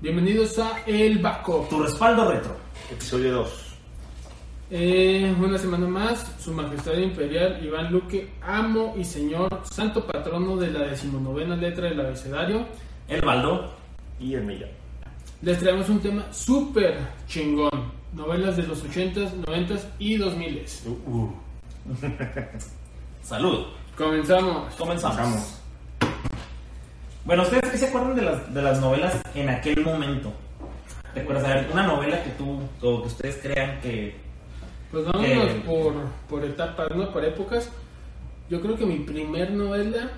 Bienvenidos a El Baco. Tu respaldo retro. Episodio 2. Eh, una semana más, Su Majestad Imperial Iván Luque, amo y señor, santo patrono de la decimonovena letra del abecedario. El baldo. Y el Milla. Les traemos un tema súper chingón. Novelas de los 80s, 90s y 2000s. Uh. Salud. Comenzamos. Comenzamos. Pasamos. Bueno, ¿ustedes qué se acuerdan de las, de las novelas en aquel momento? ¿Te acuerdas? A ver, una novela que tú o que ustedes crean que... Pues vámonos Eh. por, por etapas, ¿no? Por épocas. Yo creo que mi primer novela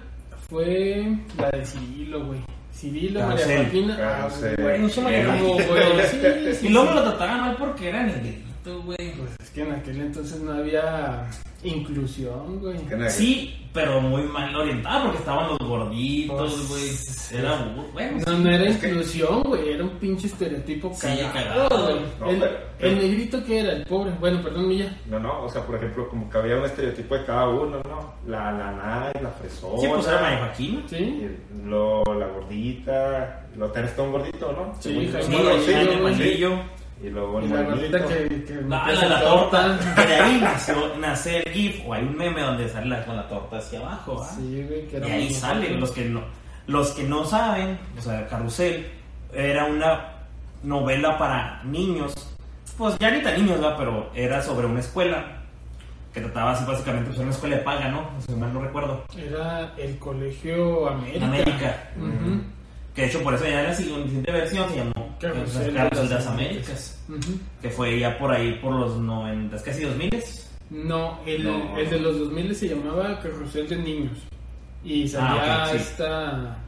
fue la de Cirilo, güey. Cirilo, María Carrusel, Joaquina. Carrusel. Ah, güey, No se me pero, güey, sí, sí, Y luego me lo trataban mal porque era negrito, güey. Pues es que en aquel entonces no había inclusión, güey. ¿Qué nadie? Sí, pero muy mal orientada porque estaban los gorditos, güey. Pues, Era bu- bueno. No, no era inclusión, güey, era un pinche estereotipo Sí, cagado, cagado. güey. No, el, pero- el negrito que era, el pobre. Bueno, perdón, Milla. No, no, o sea, por ejemplo, como que había un estereotipo de cada uno, ¿no? La nana la fresona. Sí, pues era María Joaquín. ¿Sí? y lo- la gordita. Lo tenés todo un gordito, ¿no? Sí, Según yo, Jaime Sí, ¿no? Manuel, Sí, Jaime sí. el Manillo. Y luego Y el la gordita morenito. que, que Ah, La, que la, se la torta. De ahí nació, nace el GIF o hay un meme donde sale la, con la torta hacia abajo. ¿ah? Sí, güey, que era y ahí muy- salen los que no, los que no saben, o sea, Carrusel era una novela para niños, pues ya ni tan niños, ¿verdad? pero era sobre una escuela que trataba así básicamente pues, era una escuela de paga, ¿no? Si mal no recuerdo. Era el Colegio América. América. Ujú, Que de hecho por eso ya en la siguiente versión se llamó eh, Carrusel Carrusel de de pues, las las Américas, ujú. que fue ya por ahí por los 90, casi 2000. No, el, No. el de los 2000 se llamaba Carrusel de Niños. Y salía Ah, ok, sí. esta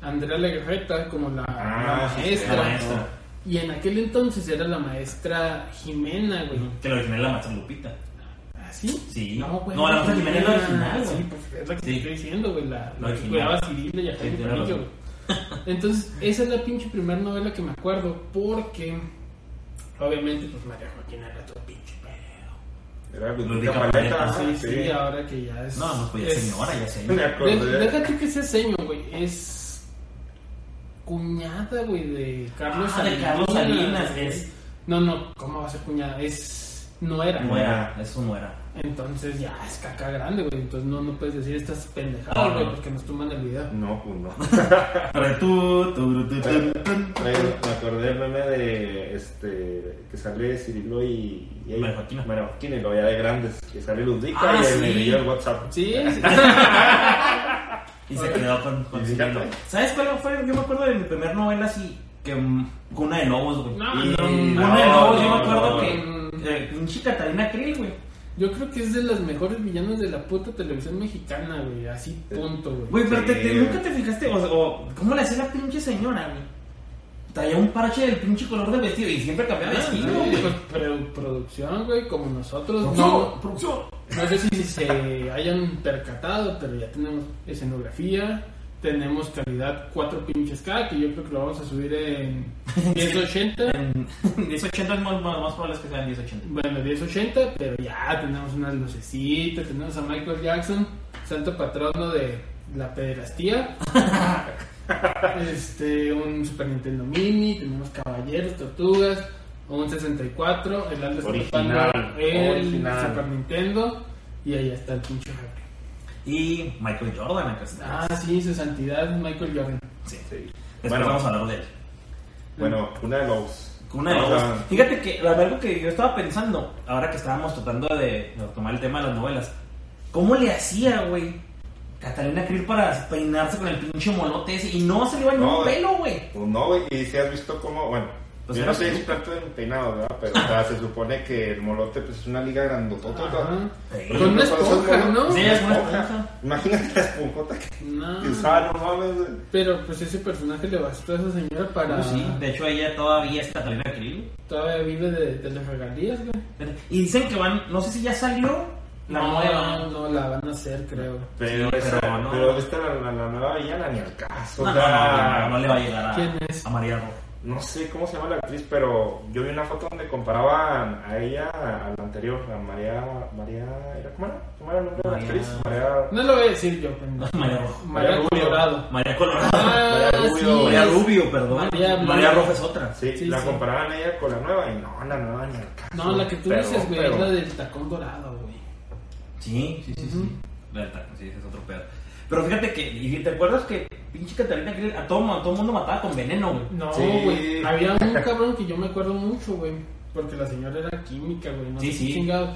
Andrea Legarreta como la, Ah, la sí, maestra. la maestra. Y en aquel entonces era la maestra Jimena, güey. Que la original era la maestra Lupita. ¿Ah, sí? Sí. No, güey. No, la maestra Jimena es la original, güey. Sí, pues es la que Sí. te estoy diciendo, güey. La, La la que original. cuidaba Cirilo y a Sí, Jaime tienes Bonillo, razón. güey. Entonces, esa es la pinche primera novela que me acuerdo porque, obviamente, pues María Joaquina era todo pinche pedo. Era Ludvica Ludvica Paleta. Paleta, ajá, Sí, sí, sí. ahora que ya es. Ah, No, no, pues ya es- señora, ya señora. Me De- acordé. Deja tú que sea seño, güey. Es cuñada, güey, de Carlos Ah, de Carlos Salinas, es- No, no, ¿cómo va a ser cuñada? Es nuera. No era, eso no era. Entonces ya es caca grande, güey. Entonces no, no puedes decir estas No, pendejadas, no. güey, porque nos toman el video. No, pues no. Pero tú, tú, tú, tú. Ay, Me acordé del meme de este que sale Cirilo y, y María Joaquina. María Joaquina, y lo ya de grandes, que sale Ludvica Ah, y sí. el negrillo del WhatsApp. Sí, sí. Y se quedó con, con Y su fíjate. libro. ¿Sabes cuál fue? Yo me acuerdo de mi primer novela así, que mm, Cuna de Lobos, güey. No, Y- no, Cuna de no, Lobos, yo me no, acuerdo no. que eh, pinche Catalina Krill, güey. mm, Yo creo que es de las mejores villanas de la puta televisión mexicana, güey. Así Eh, punto, güey. Güey, pero te- te- Sí. nunca te fijaste, o, o cómo le hacía la pinche señora, güey. Traía un parche del pinche color de vestido y siempre cambiaba de Sí, vestido, güey, güey. pues, pro- producción, güey, como nosotros. No, Producción, producción. No sé si se hayan percatado, pero ya tenemos escenografía, tenemos calidad 4 pinches K, que yo creo que lo vamos a subir en 1080. En 1080 es más, bueno, más probable es que sean 1080. Bueno, 1080, pero ya tenemos unas lucecitas, tenemos a Michael Jackson, santo patrono de la pederastía. Este, un Super Nintendo Mini, tenemos caballeros, tortugas, un 64, el Aldo está Original, tapando el original. Super Nintendo, y ahí está el pinche hacker. Y Michael Jordan, acá está. Ah, sí, su santidad Michael Jordan. Sí. Sí. Después Bueno. vamos a hablar de él. Bueno, una de los. Una de o las- sea, Fíjate que la- algo que yo estaba pensando, ahora que estábamos tratando de tomar el tema de las novelas, ¿cómo le hacía, güey? Catalina Krill para peinarse con el pinche molote ese y no se le iba ni No, un pelo, güey. Pues no, güey, y si has visto cómo, bueno, Pues yo era no soy así. experto en peinados, ¿verdad? Pero o sea, se supone que el molote pues, es una liga grandotota. ¿verdad? Ajá. Sí. Por Con una ejemplo, cuando esponja, son molotes, ¿no? Sí, es una esponja. esponja. Ah. Imagínate la esponjota que No. usaba, no mames. güey. Pero pues ese personaje le bastó a esa señora para. Pues sí, de hecho ella todavía es Catalina Krill. Todavía vive de, de las regalías, güey. Y dicen que van, no sé si ya salió la no, nueva. no la van a hacer, creo. Pero, Sí, esa- pero no. pero esta la, la- la nueva villana ni al caso. No, no, o no, sea, no, no, no le va a llegar a, ¿Quién es? a María Rojo. no sé cómo se llama la actriz, pero yo vi una foto donde comparaban a ella a la anterior, a María, María, ¿era cómo era? ¿Cómo era el nombre María- de la actriz? María, No lo voy a decir yo. pero- María Rojo. María María Rubio. Colorado. María Colorado. Ah, María sí, Rubio. María es- Rubio, perdón. María María, Blanca. Rojo es otra. sí, Sí, la sí. comparaban a ella con la nueva y no, la nueva ni al caso. No, la que tú Pero- dices, güey, pero- es la del tacón dorado, güey. Sí, sí, sí, Ujú. sí. La del taco, sí, ese es otro pedo. Pero fíjate que, y ¿te acuerdas que pinche Catalina Krill a todo, a todo mundo mataba con veneno, güey? No, Sí. güey. Había un cabrón que yo me acuerdo mucho, güey. Porque la señora era química, güey. No Sí, sé sí. qué chingados.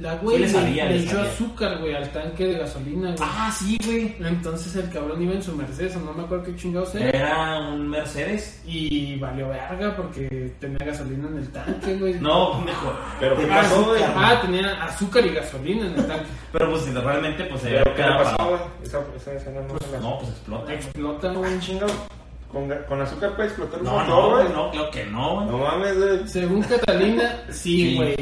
La Sí, güey le le, sabía, le le echó sabía. azúcar, güey, al tanque de gasolina, güey. Ah, sí, güey. Eh. Entonces el cabrón iba en su Mercedes, o no me acuerdo qué chingados era. Era un Mercedes. Y valió verga porque tenía gasolina en el tanque, güey. No, pendejo. Pero ¿qué Ah, pasó, güey? azúcar. Ah, tenía azúcar y gasolina en el tanque. Pero pues realmente, pues se Pero, ¿qué le quedaba pasó, parado. güey? Esa, esa escena no se la... No, pues explota. Explota, Ah, güey. chingado. Con, ga- con azúcar puede explotar un No, motor, no, güey. güey, no, creo que no, güey. No mames, güey. Según Catalina, sí, Sí. güey.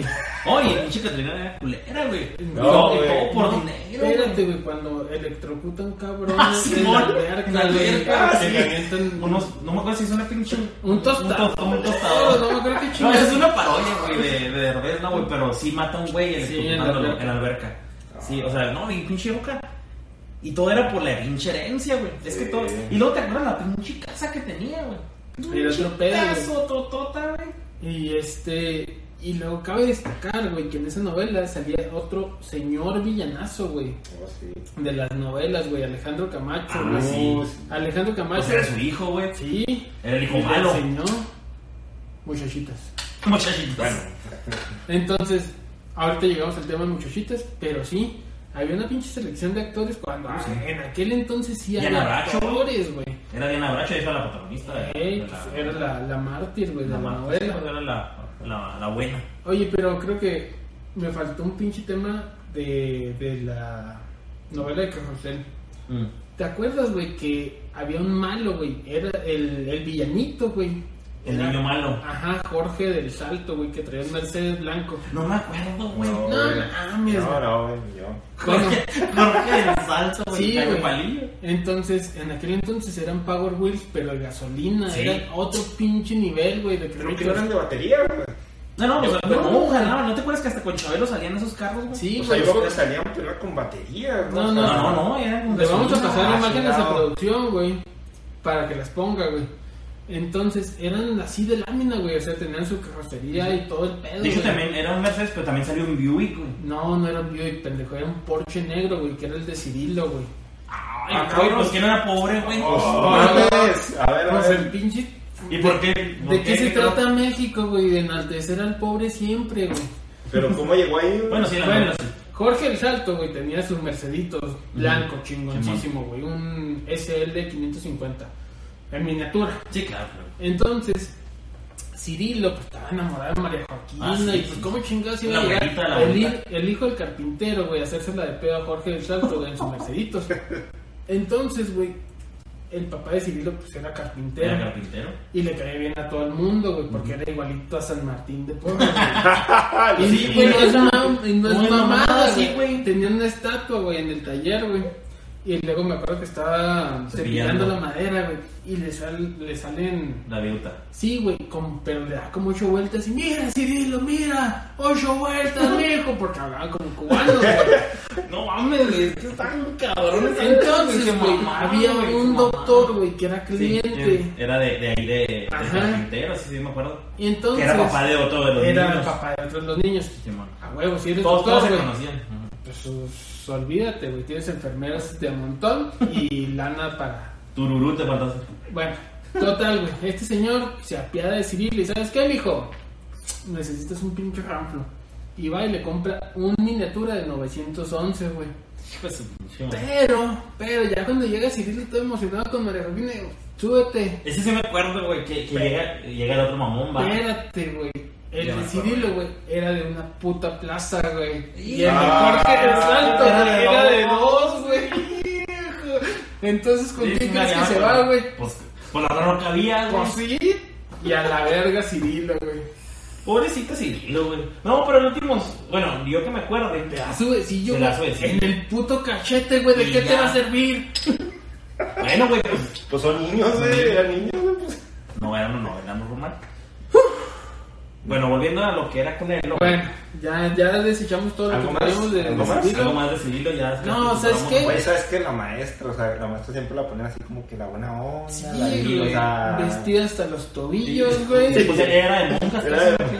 Oye, pinche Catalina era culera, güey. No, No, güey. todo por No, dinero. Espérate, güey. güey, cuando electrocuta un cabrón Ah, en Simón. la alberca, En la güey, alberca, que sí. le avientan Unos, no me acuerdo si es una pinche. un tostado. Un, un tostado. No, no creo que No, chingados. esa es una parodia, güey, de, de Derbez, ¿no, güey? Pero sí mata a un güey Sí, en la electrocutándolo alberca. en la alberca. Sí, o sea, no, y pinche roca. Y todo era por la pinche herencia, güey. Es que Sí. todo. Y luego te acuerdas la pinche casa que tenía, güey. Y era otro pedo, güey. Pues Pinche tazo, totota, güey. Y este. Y luego cabe destacar, güey, que en esa novela salía otro señor villanazo, güey. Oh, sí. De las novelas, güey. Alejandro Camacho, Ah, güey. sí. Alejandro Camacho. Pues era su hijo, güey. Sí. Era el Y hijo le malo. enseñó muchachitas. Muchachitos. Bueno. Entonces, ahorita llegamos al tema de muchachitas, pero sí, había una pinche selección de actores cuando Ah, sí. en aquel entonces sí Y había Ana Bracho. actores, güey. Era Diana Bracho, ella era la protagonista. de- Ey, de pues, Era la, la mártir, güey, de la, mamá. novela. Era la, la, la buena. Oye, pero creo que me faltó un pinche tema de, de la novela de Carrusel. Mm. ¿Te acuerdas, güey, que había un malo, güey? Era el, el villanito, güey. El Era- niño malo. Ajá, Jorge del Salto, güey, que traía un Mercedes blanco. No me acuerdo, güey. No, no güey. mames, No, güey. no, güey, ni yo. Bueno, Jorge, Jorge del Salso, güey. Sí, Jaime güey. Palillo. Entonces, en aquel entonces eran Power Wheels, pero de gasolina, Sí. eran otro pinche nivel, güey, de Creo que kilómetros. no eran de batería, güey. No, no, pues, no, no, güey. ganaban. ¿No te acuerdas que hasta con Chabelo salían esos carros, güey? Sí, O sea, güey. yo creo que salían, pero era con batería. No, No, no, no, no, eran con Le vamos a gasolina. pasar ah, imágenes a chingado. producción, güey, para que las ponga, güey. Entonces, eran así de lámina, güey, o sea, tenían su carrocería y todo el pedo. De hecho, güey. también era un Mercedes, pero también salió un Buick, güey. No, no era un Buick, pendejo, era un Porsche negro, güey, que era el de Cirilo, güey. Ay, Ah, güey, cabrón. pues que no era pobre, güey. Oh, no, mames. A ver, a Pues el ver. pinche... ¿Y por qué? ¿De ¿Por qué se qué creo? trata México, güey? De enaltecer al pobre siempre, güey. Pero ¿cómo llegó ahí, güey? Bueno, sí, la Bueno, verdad, sí. Jorge el Salto, güey, tenía sus Merceditos blanco, chingoncísimo, güey. Un SL550 en miniatura. Sí, claro, güey. Entonces, Cirilo pues, estaba enamorado de María Joaquina. Ah, sí, y pues, sí. ¿cómo chingados iba La a abuelita de llegar la el, hi- abuelita. el hijo del carpintero, güey, a hacerse la de pedo a Jorge el Salto, güey, en sus Merceditos? Entonces, güey, el papá de Cirilo, pues, era carpintero. Era carpintero. Y le caía bien a todo el mundo, güey, porque era igualito a San Martín de Porres. Ah, güey. y, Sí, güey, no güey. es, mam- y no es No es mamada, mamada, sí, sí, güey. Tenía una estatua, güey, en el taller, güey. Y luego me acuerdo que estaba cepillando Cepillando. la madera, güey. Y le, sal- le salen. La viuta. Sí, güey, con- pero le da como ocho vueltas. Y mira, Cirilo, mira, ocho vueltas, mijo. Porque hablaban como cubanos, güey. No mames, güey. Es que están cabrones. Entonces, güey, había un doctor, güey, que era Sí, cliente. era de, de ahí de, de Ajá. carpintero, sí, sí, me acuerdo. Y entonces. que era papá de otro de los Era niños. papá de otros los niños. Simón. A huevo, si eres Todos, doctor, todos se güey. conocían. Ajá. Pues, us- olvídate, güey. Tienes enfermeras de montón y lana para. Tururú te faltaste. Bueno, total, güey. Este señor se apiada de Cirilo y ¿sabes qué, mijo? Necesitas un pinche ranflo. Y va y le compra una miniatura de 911, güey. Hijo de su pinche madre. Pero, pero ya cuando llega Cirilo todo emocionado con María Rubina, digo, súbete. Ese sí me acuerdo, güey, que, que llega, llega el otro mamón, va. Espérate, güey. El Ya me de acuerdo. Cirilo, güey, era de una puta plaza, güey. Y Hijo. el de Jorge del Salto, Ah. Era güey, de era de dos. dos, güey. Hijo. Entonces, ¿con Sí, qué sí, crees ya que me se acuerdo. va, güey? Pues, pues la no cabía, güey. Pues sí. Y a la verga Cirilo, güey. Pobrecita Cirilo, güey. No, pero el último, bueno, yo que me acuerdo, Te da su besillo, Se la güey, sube, sí. En el puto cachete, güey. ¿De Y qué te ya. va a servir? Bueno, güey, pues, Pues son niños, güey. Eran niños, güey. Pues. No era una novela normal. Bueno, volviendo a lo que era con el Bueno, ya, ya desechamos todo lo ¿Algo que más? podíamos de ¿Algo más? decidido. algo más de Cirilo ya. pues, No, ¿sabes qué? Güey, ¿sabes que La maestra, o sea, la maestra siempre la ponían así como que la buena onda. Sí, la güey, o sea, Vestida hasta los Sí, tobillos, güey. pues era de monjas. Era de- casi,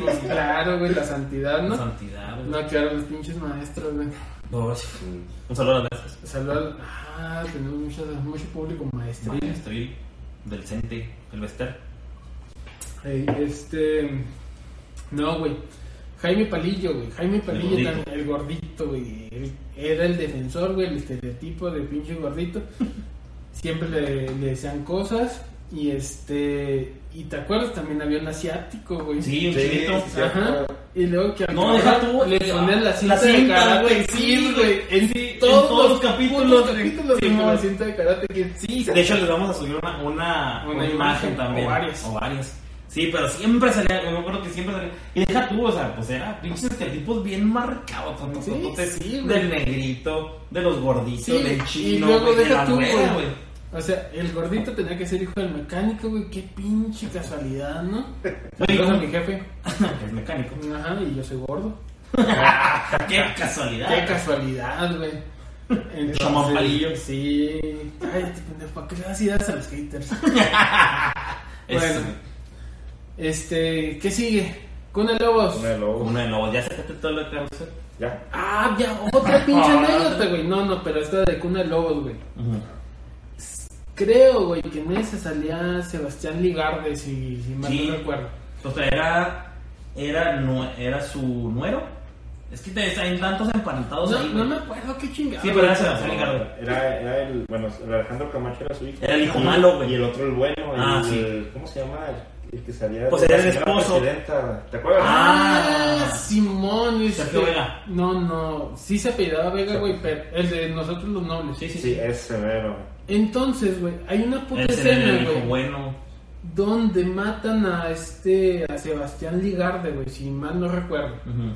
Pues pinche. claro, güey, la santidad, ¿no? Santidad, güey. No, claro, los pinches maestros, güey. No, sí. sí. Un saludo a las maestras. Saludar. Ah, tenemos mucho, mucho público maestro. Estoy del Cente, el Vester. Ey, este. No, güey. Jaime Palillo, güey. Jaime Palillo, gordito. también, el gordito, güey. Él Era el defensor, güey, el estereotipo de pinche gordito. Siempre le, le decían cosas. Y este. Y te acuerdas, también había un asiático, güey. Sí, un Sí, chiquito. sí, Ajá. Y luego que No, acababa, deja tú, le la- ponían la la cinta, de cinta, karate güey, Kid, güey. sí, güey, En, sí, en todos todos los los capítulos putos de- capítulos sí, de la güey. cinta de karate Kid. Sí, de hecho les vamos a subir una, una, Una una imagen, imagen también. o varias. varias. Sí, pero siempre salía, yo me acuerdo que siempre salía. Y deja tú, o sea, pues era pinches estereotipos bien marcados. Sí, totototes, sí, güey. del negrito, de los gorditos, Sí, del y chino, luego güey, de deja la tú, nuera, güey. güey. O sea, el gordito tenía que ser hijo del mecánico, güey. Qué pinche casualidad, ¿no? Oye, Saludos a ¿cómo? mi jefe. Que es mecánico. Ajá, y yo soy gordo. Qué casualidad. Qué casualidad, güey. Entonces, Chamán palillo. Sí. Cállate, pendejo. ¿Para qué le das ideas a los haters? Es Bueno. Este, ¿qué sigue? Con el Lobos. Una de lobo. uno de los, ya sacaste todo lo que vamos a hacer. Ya. Ah, ya, otra pinche anécdota, güey. No, no, pero esta de Cuna de Lobos, güey. Creo, güey, que en esa salía Sebastián Ligarde, si, si mal Sí. no recuerdo. Entonces era, era, nue- era su nuero. Es que te, hay tantos emparentados No, ahí. Oh, güey. no me acuerdo qué chingada. Sí, pero era Sebastián Ligarde. Era, era el, bueno, el Alejandro Camacho era su hijo. Era el hijo malo, güey. Y el otro el bueno. Ah, el, sí. ¿Cómo se llama? El, el que salía. Pues de era la el señora esposo. presidenta. ¿Te acuerdas? Ah, Ah. Simón. este- Sergio Vega. No, no, sí se apellidaba Vega, güey, pero el de nosotros los nobles. Sí, sí, Sí, sí. es severo. Entonces, güey, hay una puta Ese era el escena, hijo güey, bueno. donde matan a este, a Sebastián Ligarde, güey, si mal no recuerdo. Ujú.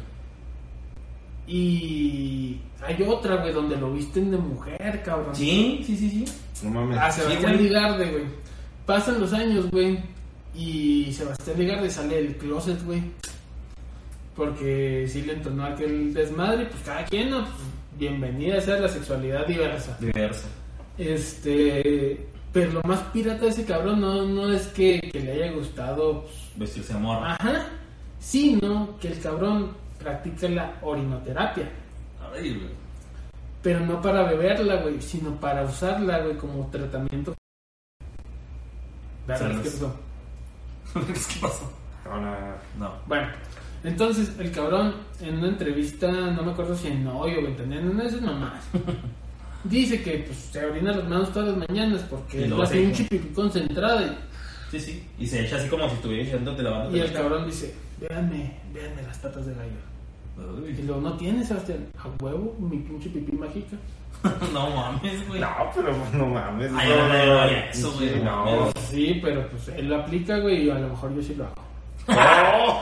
Y hay otra, güey, donde lo visten de mujer, cabrón. Sí, sí, sí, Ah, sí. No mames. A Ah, Sebastián güey. Ligarde, güey. Pasan los años, güey. Y Sebastián Ligarde sale del closet, güey. Porque sí le entonó aquel desmadre. y Pues cada quien, ¿no? Pues, bienvenida sea la sexualidad diversa. Diverso. Este. Pero lo más pirata de ese cabrón no, no es que, que le haya gustado. pues, Vestirse de morra. ajá. Sino que el cabrón practica la orinoterapia. Ay, güey. Pero no para beberla, güey, sino para usarla, güey, como tratamiento. Verga, Saludos. ¿qué pasó? ¿Qué pasó? No, no, no. No. Bueno, entonces el cabrón en una entrevista, no me acuerdo si en Hoy o en Tandem, una de esas mamás, dice que pues, se orina las manos todas las mañanas Y porque es luego la se pinche pipí concentrada. Sí, sí. Y se echa así como si estuviera echándote Y, la y banda. el cabrón dice: Véanme, véanme las patas de gallo. Y Uy. luego no tiene, Sebastián, a huevo, mi pinche pipí mágica. No mames, güey. No, pero pues, no mames. Ay, no, no, no, no, ya, Sí, eso, güey, No. no No. mames. Sí, pero pues él lo aplica, güey, y a lo mejor yo sí lo hago.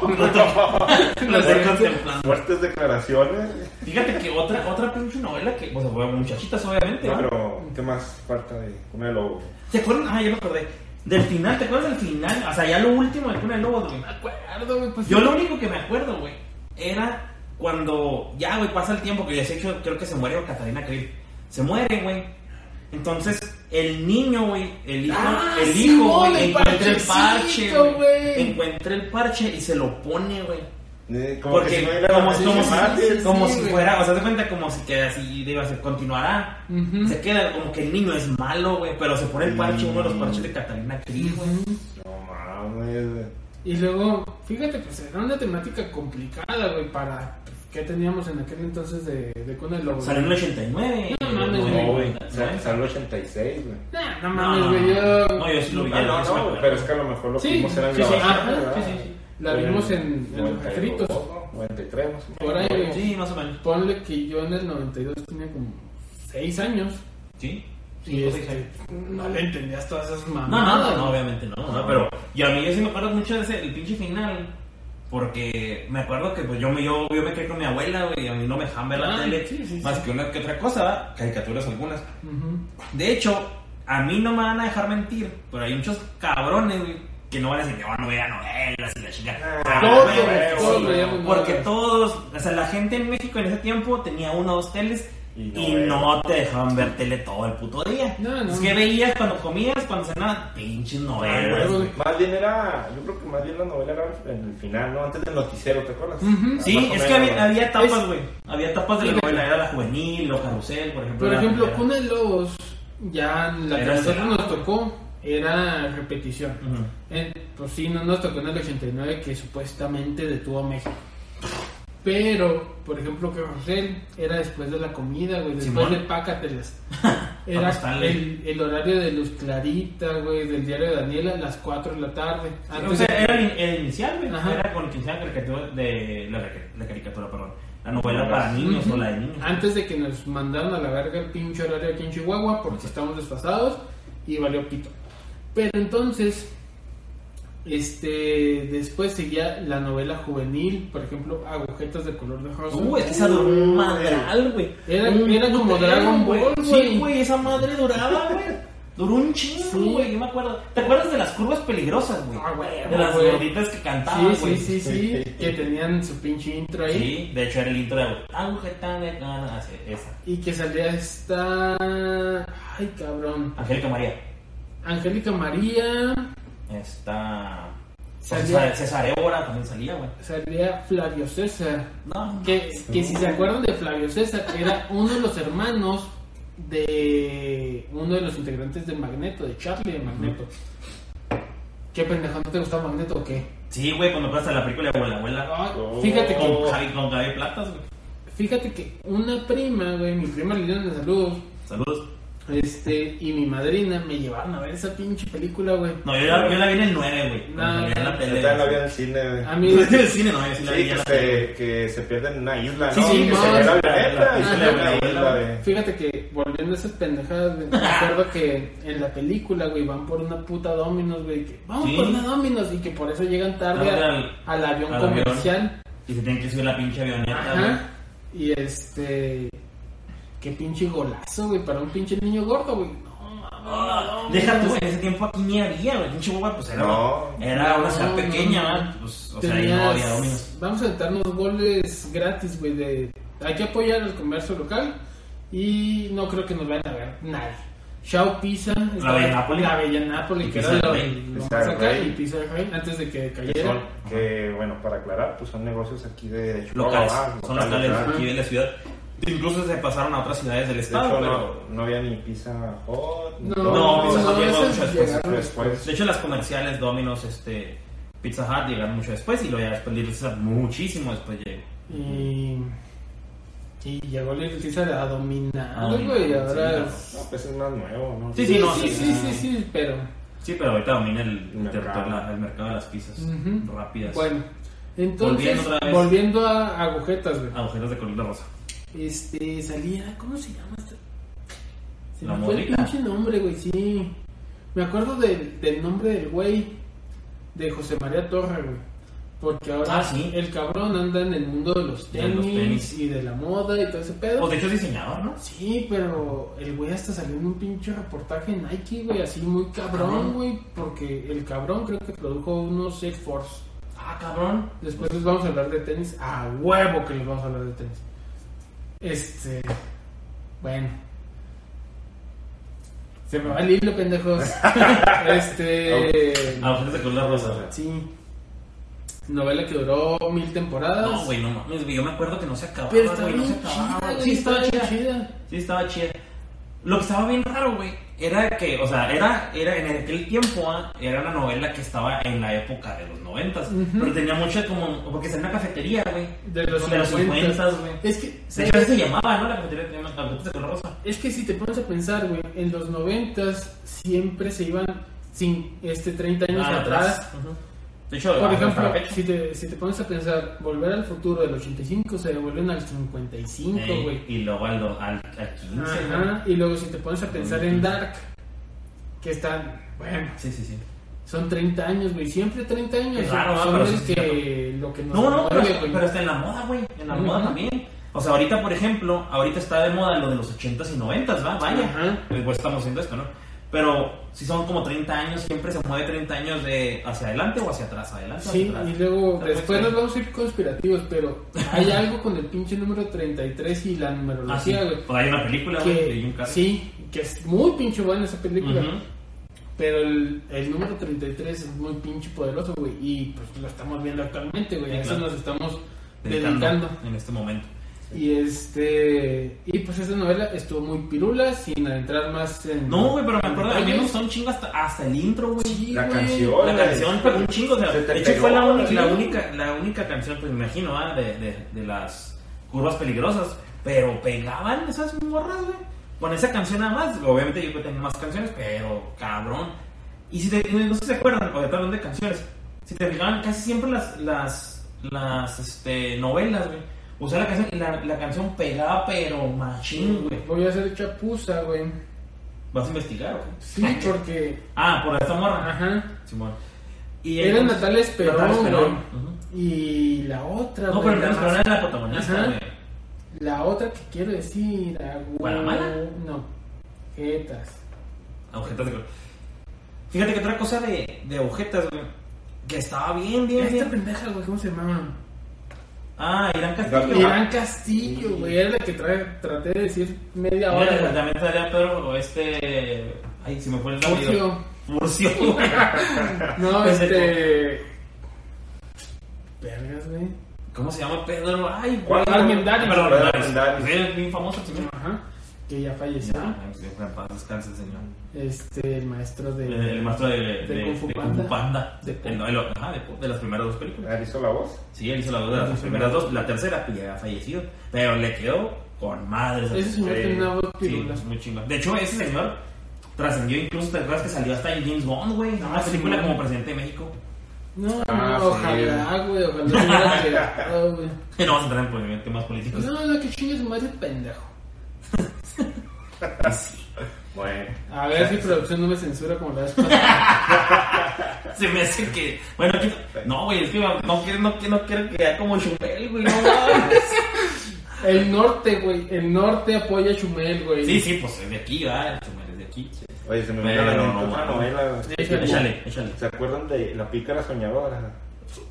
Lo estoy contemplando. Fuertes declaraciones. Fíjate que otra, otra pinche novela que, o sea, fue muchachitas, obviamente. No, ¿no? pero ¿qué más falta de una de lobo? ¿Te acuerdas? Ah, ya me acordé. Del final, ¿te acuerdas del final? O sea, ya lo último de Cuna de Lobos, güey. Me acuerdo, güey, pues. Yo lo único que me acuerdo, güey, era cuando ya, güey, pasa el tiempo, que ya sé que creo que se muere Catalina Krill. Se muere, güey. Entonces, el niño, güey, el hijo, Ah, el sí, hijo, güey, güey, el encuentra el parche, parchecito, güey. güey. Encuentra el parche y se lo pone, güey. Eh, Como Porque que si no hubiera como, nacido como si, Mártir. como sí, si güey. fuera, o sea, te cuenta como si queda así, digo, se continuará. Ujú. Se queda como que el niño es malo, güey, pero se pone el parche, uno de los parches de Catalina Krill, güey. Ujú. No mames. Y luego, fíjate, pues era una temática complicada, güey, para qué teníamos en aquel entonces de, de Cuna del Lobo. Salió en el 89. No mames, güey. No, güey. ¿no? Sal- Salió el 86, güey. Nah, no No, mames, no, güey. no. Yo... No, yo sí lo vi. Ah, no, sí me no, acuerdo. pero es que a lo mejor lo que Sí, vimos eran sí, sí, grabaciones, ajá, ¿verdad? sí, sí, sí. La Fue vimos en- en los 92, refritos. ¿no? 93 más o Por ahí, güey. Sí, más o menos. Ponle que yo en el 92 tenía como 6 años. Sí. Y Sí, este, no le entendías todas esas No, mamadas. no, no, obviamente no, no, Ah, pero y a mí yo sí me acuerdo mucho de ese el pinche final porque me acuerdo que pues yo me yo, yo me quedé con mi abuela, güey, y a mí no me dejaban ver la Ah, tele sí, sí, sí. más que una que otra cosa, ¿verdad? caricaturas algunas. Ujú. De hecho, a mí no me van a dejar mentir, pero hay muchos cabrones, güey, que no van a decir que van a ver novelas y la chingada. Ah, Todos, güey, güey, todos sí, veíamos güey, Porque novelas. todos, o sea, la gente en México en ese tiempo tenía uno o dos teles Y y no no, veía. te dejaban ver tele todo el puto día. No, no. Es que veías cuando comías, cuando cenabas, pinches novelas, güey. güey. Más bien era, yo creo que más bien la novela era en el final, ¿no? Antes del noticiero, ¿te acuerdas? Ujú. Ah, Sí, más o es que menos, había, había Es- etapas, güey. Había etapas de la Sí, novela, era la juvenil, o carrusel, por ejemplo. Por era- ejemplo, era- Cuna de Lobos, ya en la que Era nosotros cerrado. nos tocó, era repetición. Ujú. Eh, pues sí, no nos tocó en el 89 que supuestamente detuvo a México. Pero, por ejemplo, que Rosel era después de la comida, güey, después Simón. de Pácatelas. Vamos, Era dale. el, el horario de Luz Clarita, güey, del diario de Daniela, las 4 de la tarde. o Antes sea, de- era el, el inicial, güey. Ah, Ajá. Era con el que hicieron caricatura de la, la caricatura, perdón. La novela Novelas. para niños Ujú. Ah, o la de niños. Antes de que nos mandaron a la verga el pinche horario aquí en Chihuahua porque estábamos desfasados y valió pito. Pero entonces, este, después seguía la novela juvenil, por ejemplo, Agujetas de color de rosa. Uh, es que esa duró un madral, güey. Mm, Era- Un era como putero, Dragon güey. Ball, güey. Sí, güey, esa madre duraba, güey. Duró un Sí. chingo, güey, yo me acuerdo. ¿Te acuerdas de las curvas peligrosas, güey? Ah, güey, de las güey. gorditas que sí, cantaban, sí, güey. sí, sí, que tenían su pinche intro ahí. Sí, de hecho era el intro de Agujeta de Gana, así, esa. Y que salía esta... Ay, cabrón. Angélica María. Angélica María, Esta. pues, Salía- César, César Évora también salía, güey. salía Flavio César. No, Que, que si se acuerdan de Flavio César, era uno de los hermanos de uno de los integrantes de Magneto, de Charlie de Magneto. ¿Qué pendejo, no te gustaba Magneto o qué? Sí, güey, cuando pasa la película de Abuela Abuela. Ah, Oh. fíjate, que, Con Javi, con Javi Platas, güey. fíjate que una prima, güey, mi prima Liliana, saludos, Saludos. este, y mi madrina me llevaron a ver esa pinche película, güey. No, yo la, yo la vi en el 9, güey. No, cuando salía en la Yo tele. también la vi en el cine, güey. A mí, No, en el cine, no, yo sí Sí, la vi en que la tele. se, que se pierde en una isla, ¿no? Sí, sí, que no, se ve la sí, avioneta la- y la- se la- ve una la- isla de... Fíjate que volviendo a esas pendejadas, güey, me acuerdo que en la película, güey, van por una puta Dominos, güey, que vamos Sí. por una Dominos y que por eso llegan tarde Tarde al, al avión al avión. comercial. Y se tienen que subir la pinche avioneta, güey. Ajá. Y este. Qué pinche golazo, güey, para un pinche niño gordo, güey. No, mames, Ah, no, Deja tú, mames. en ese tiempo aquí ni había, güey. Pinche Chihuahua, pues era, No. era una ciudad No, pequeña, no, no. ¿verdad? Pues, o sea, ahí no había Tenías- dominos. Vamos a aventarnos goles gratis, güey. De... Hay que apoyar al comercio local y no creo que nos vayan a ver nadie. Chao Pizza, estaba- Bella Napoli. la Bella Napoli, Y que Pizza era lo, del Rey. lo Pizza más del acá, Rey. y Pizza del Rey, antes de que Que, son- cayera. que, bueno, para aclarar, pues son negocios aquí de Chihuahua, locales, ah, son locales ah. aquí de la ciudad. Incluso se pasaron a otras ciudades del De hecho, estado, pero... no, no había ni pizza hot, ni Ah, No, No, no, Pizza Hut no, llegó esas mucho después, llegaron después. De hecho, las comerciales, Domino's, este, Pizza Hut llegaron mucho después y lo ya después Little Caesar muchísimo después llegó. Y, y llegó la Pizza a Ah, dominar, dominar, güey. sí, Ahora claro. es- No, pues es más nuevo, ¿no? Sí, sí, no, sí, sí, sí, sí. sí, sí, pero. Sí, pero ahorita domina el, Mercado. territorio, la- el mercado de las pizzas ujú. rápidas. Bueno, entonces, Volviendo otra vez. volviendo a agujetas, güey. Agujeros de color de rosa. Este, salía, ¿cómo se llama esta? Se La me fue el Mónica. pinche nombre, güey, sí. Me acuerdo del, del nombre del güey de José María Torre, güey. Porque ahora Ah, sí. el cabrón anda en el mundo de los De los tenis, tenis. y de la moda y todo ese pedo. Pues de hecho es diseñador, ¿no? Sí, pero el güey hasta salió en un pinche reportaje en Nike, güey, así muy Cabrón. cabrón, güey, porque el cabrón creo que produjo unos Air Force. Ah, cabrón. Después les vamos a hablar de tenis. A huevo que les vamos a hablar de tenis. Este. Bueno. Se me va el hilo, pendejos. este. Agujeros de color de rosa. Sí. Novela que duró mil temporadas. No, güey, no mames, güey, yo me acuerdo que no se acababa, Ah, Pero está güey, no se bien acababa. chida, güey. güey. Sí, Está estaba bien chida. chida. Sí, estaba chida. Lo que estaba bien raro, güey, era que, o sea, era, era en aquel tiempo, ah, era una novela que estaba en la época de los noventas, Ujú. pero tenía mucho como, porque está en una cafetería, güey. De los de los 50, güey. Es que. De hecho, así se llamaba, ¿no? La cafetería que llamaba Cafetería de Color Rosa. Es que si te pones a pensar, güey, en los noventas siempre se iban sin este 30 años Ah, atrás. atrás. Ujú. De hecho, Por hasta ejemplo, la fecha. si te, si te pones a pensar, volver al futuro del 85 se devuelven al 55, Ey, güey. y luego al, do- al, al 15, güey. Ajá, Y luego si te pones a pensar en Dark, que están, bueno, Sí, sí, sí. son 30 años, güey, siempre 30 años. Qué raro, son ¿no? Pero los sí es que lo que nos No, no, pero, mueve, güey. pero está en la moda, güey. En la Ujú. moda también. O sea, ahorita, por ejemplo, ahorita está de moda lo de los 80s y 90s, ¿va? Vaya. Ajá. Pues, pues, estamos haciendo esto, ¿no? Pero si son como 30 años, siempre se mueve 30 años de hacia adelante o hacia atrás, adelante. Sí, hacia atrás. y luego Está muy después nos extraño. vamos a ir conspirativos, pero hay algo con el pinche número 33 y la Ah, sí. numerología, güey. Pues hay una película, güey, de Jim que, Carrey. sí, que es muy pinche buena esa película. Ujú. Pero el, el número 33 es muy pinche poderoso, güey. Y pues lo estamos viendo actualmente, güey. Sí, a eso claro. nos estamos Dedicando dedicando. En este momento. Y este. Y pues esa novela estuvo muy pirula, sin entrar más en. No, güey, pero me acuerdo, a mí me detalles. gustó un chingo hasta, hasta el intro, güey. La güey. canción, La güey. canción, pero un chingo. o sea, Se te de hecho, pegó, fue la, uni- güey. la única, la única canción, pues me imagino, ah, de, de, de las curvas peligrosas. Pero pegaban esas morras, güey. Con esa canción nada más. Obviamente yo que tengo más canciones, pero cabrón. Y si te, no sé si se acuerdan, o de tal de canciones. Si te fijaban, casi siempre las, las, las este, novelas, güey. Usaba la canción, y la, la canción pegaba, pero machín, güey. Voy a hacer chapuza, güey. ¿Vas a investigar o qué? Sí, porque. Ah, por esta morra. Ajá. Simón. Y Era entonces- Natal Esperón. Natal Esperón. güey. Ujú. Y la otra, No, güey, la pero Natal más- Esperón era la protagonista, Ajá. güey. La otra que quiero decir, agua- ¿Guaramala? No, jetas. Agujetas de color. Fíjate que otra cosa de, de agujetas, güey. Que estaba bien, bien, Esta bien. pendeja, güey, ¿cómo se llama? Ah, Irán Castillo. Gabriel. Irán Castillo, güey, era la que tra- traté de decir media Ahora hora. que güey. también salía Pedro, o este. Ay, se me fue el nombre. Furcio. Furcio, güey. No, Pues, este. Vergas, güey. ¿Cómo se llama Pedro? Ay, güey. Juan Armendariz. Pedro Pedro Armendariz. Armendariz. Sí, Es bien famoso, el señor. Ajá. Que ya falleció. Ya, en paz descanse el señor. Este, el maestro de. El, el maestro de, de, de Kung Fu de Panda. Panda. De- El- no, el- ajá, de- de las primeras dos películas. ¿Él hizo la voz? Sí, él hizo la duda de las primeras dos. La tercera, pues ya había fallecido. Pero le quedó con madre. esa Ese película. señor Sí. tenía una voz Sí, pirula. es muy chingón. De hecho, ese señor trascendió incluso, ¿te acuerdas que salió hasta en James Bond, güey? Una Ah, sí, película güey. como presidente de México. No, no, Ah, sí. ojalá, güey, ojalá se hubiera pegado, güey. Pues No vamos a entrar en polémica- temas políticos. No, no, que chingue su madre, pendejo. Bueno. A ver si producción no me censura como la vez pasada. Se me hace que. Bueno, aquí- no, güey, es que no, no quiero, no, quiero- no quiero quedar como Chumel, güey. No, mames. El norte, güey. El norte apoya a Chumel, güey. sí, sí, pues es de aquí, ¿verdad? Chumel es de aquí. Oye, se me Pero olvidó la no, otra no. novela. Échale. Échale, échale. ¿Se acuerdan de La Pícara Soñadora?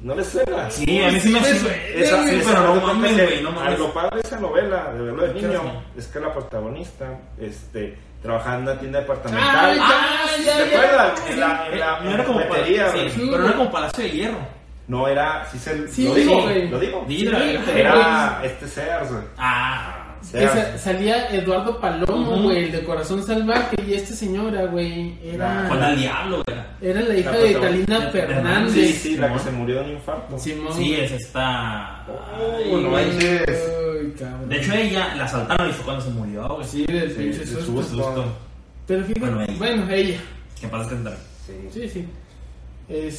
¿No les suena? Sí, a mí sí me Sí, hace. güey. Esa sí, pero no mames, güey, no A mames. Lo padre de esa novela, de verlo de ¿Qué niño, hacía? es que la protagonista este, trabajaba en una tienda Ay, departamental. Ah, ya, ya, ¿Se ya. acuerdan? En la, en la Eh, No era como metería, palacio, güey. sí, pero no era como Palacio de Hierro. No era, sí se Sí, lo digo, güey. lo digo. Dilo, Sí, Era este Sears, güey. Ah, Que Sears. sa- salía Eduardo Palomo, Ujú. güey, el de Corazón Salvaje, y esta señora, güey, era, con el diablo, güey. era la hija La de protagonista. Talina Fernández. Sí, sí, la que Simón. se murió de un infarto. Simón. Sí, es esta. Oh, Ay, no güey, manches. ay, cabrón. De hecho, ella la asaltaron y fue cuando se murió, güey. sí, del Sí, pinche de susto. Qué susto. Pero fíjate, Bueno, ella. bueno, ella. Que pasa que entra. Sí. Sí, sí.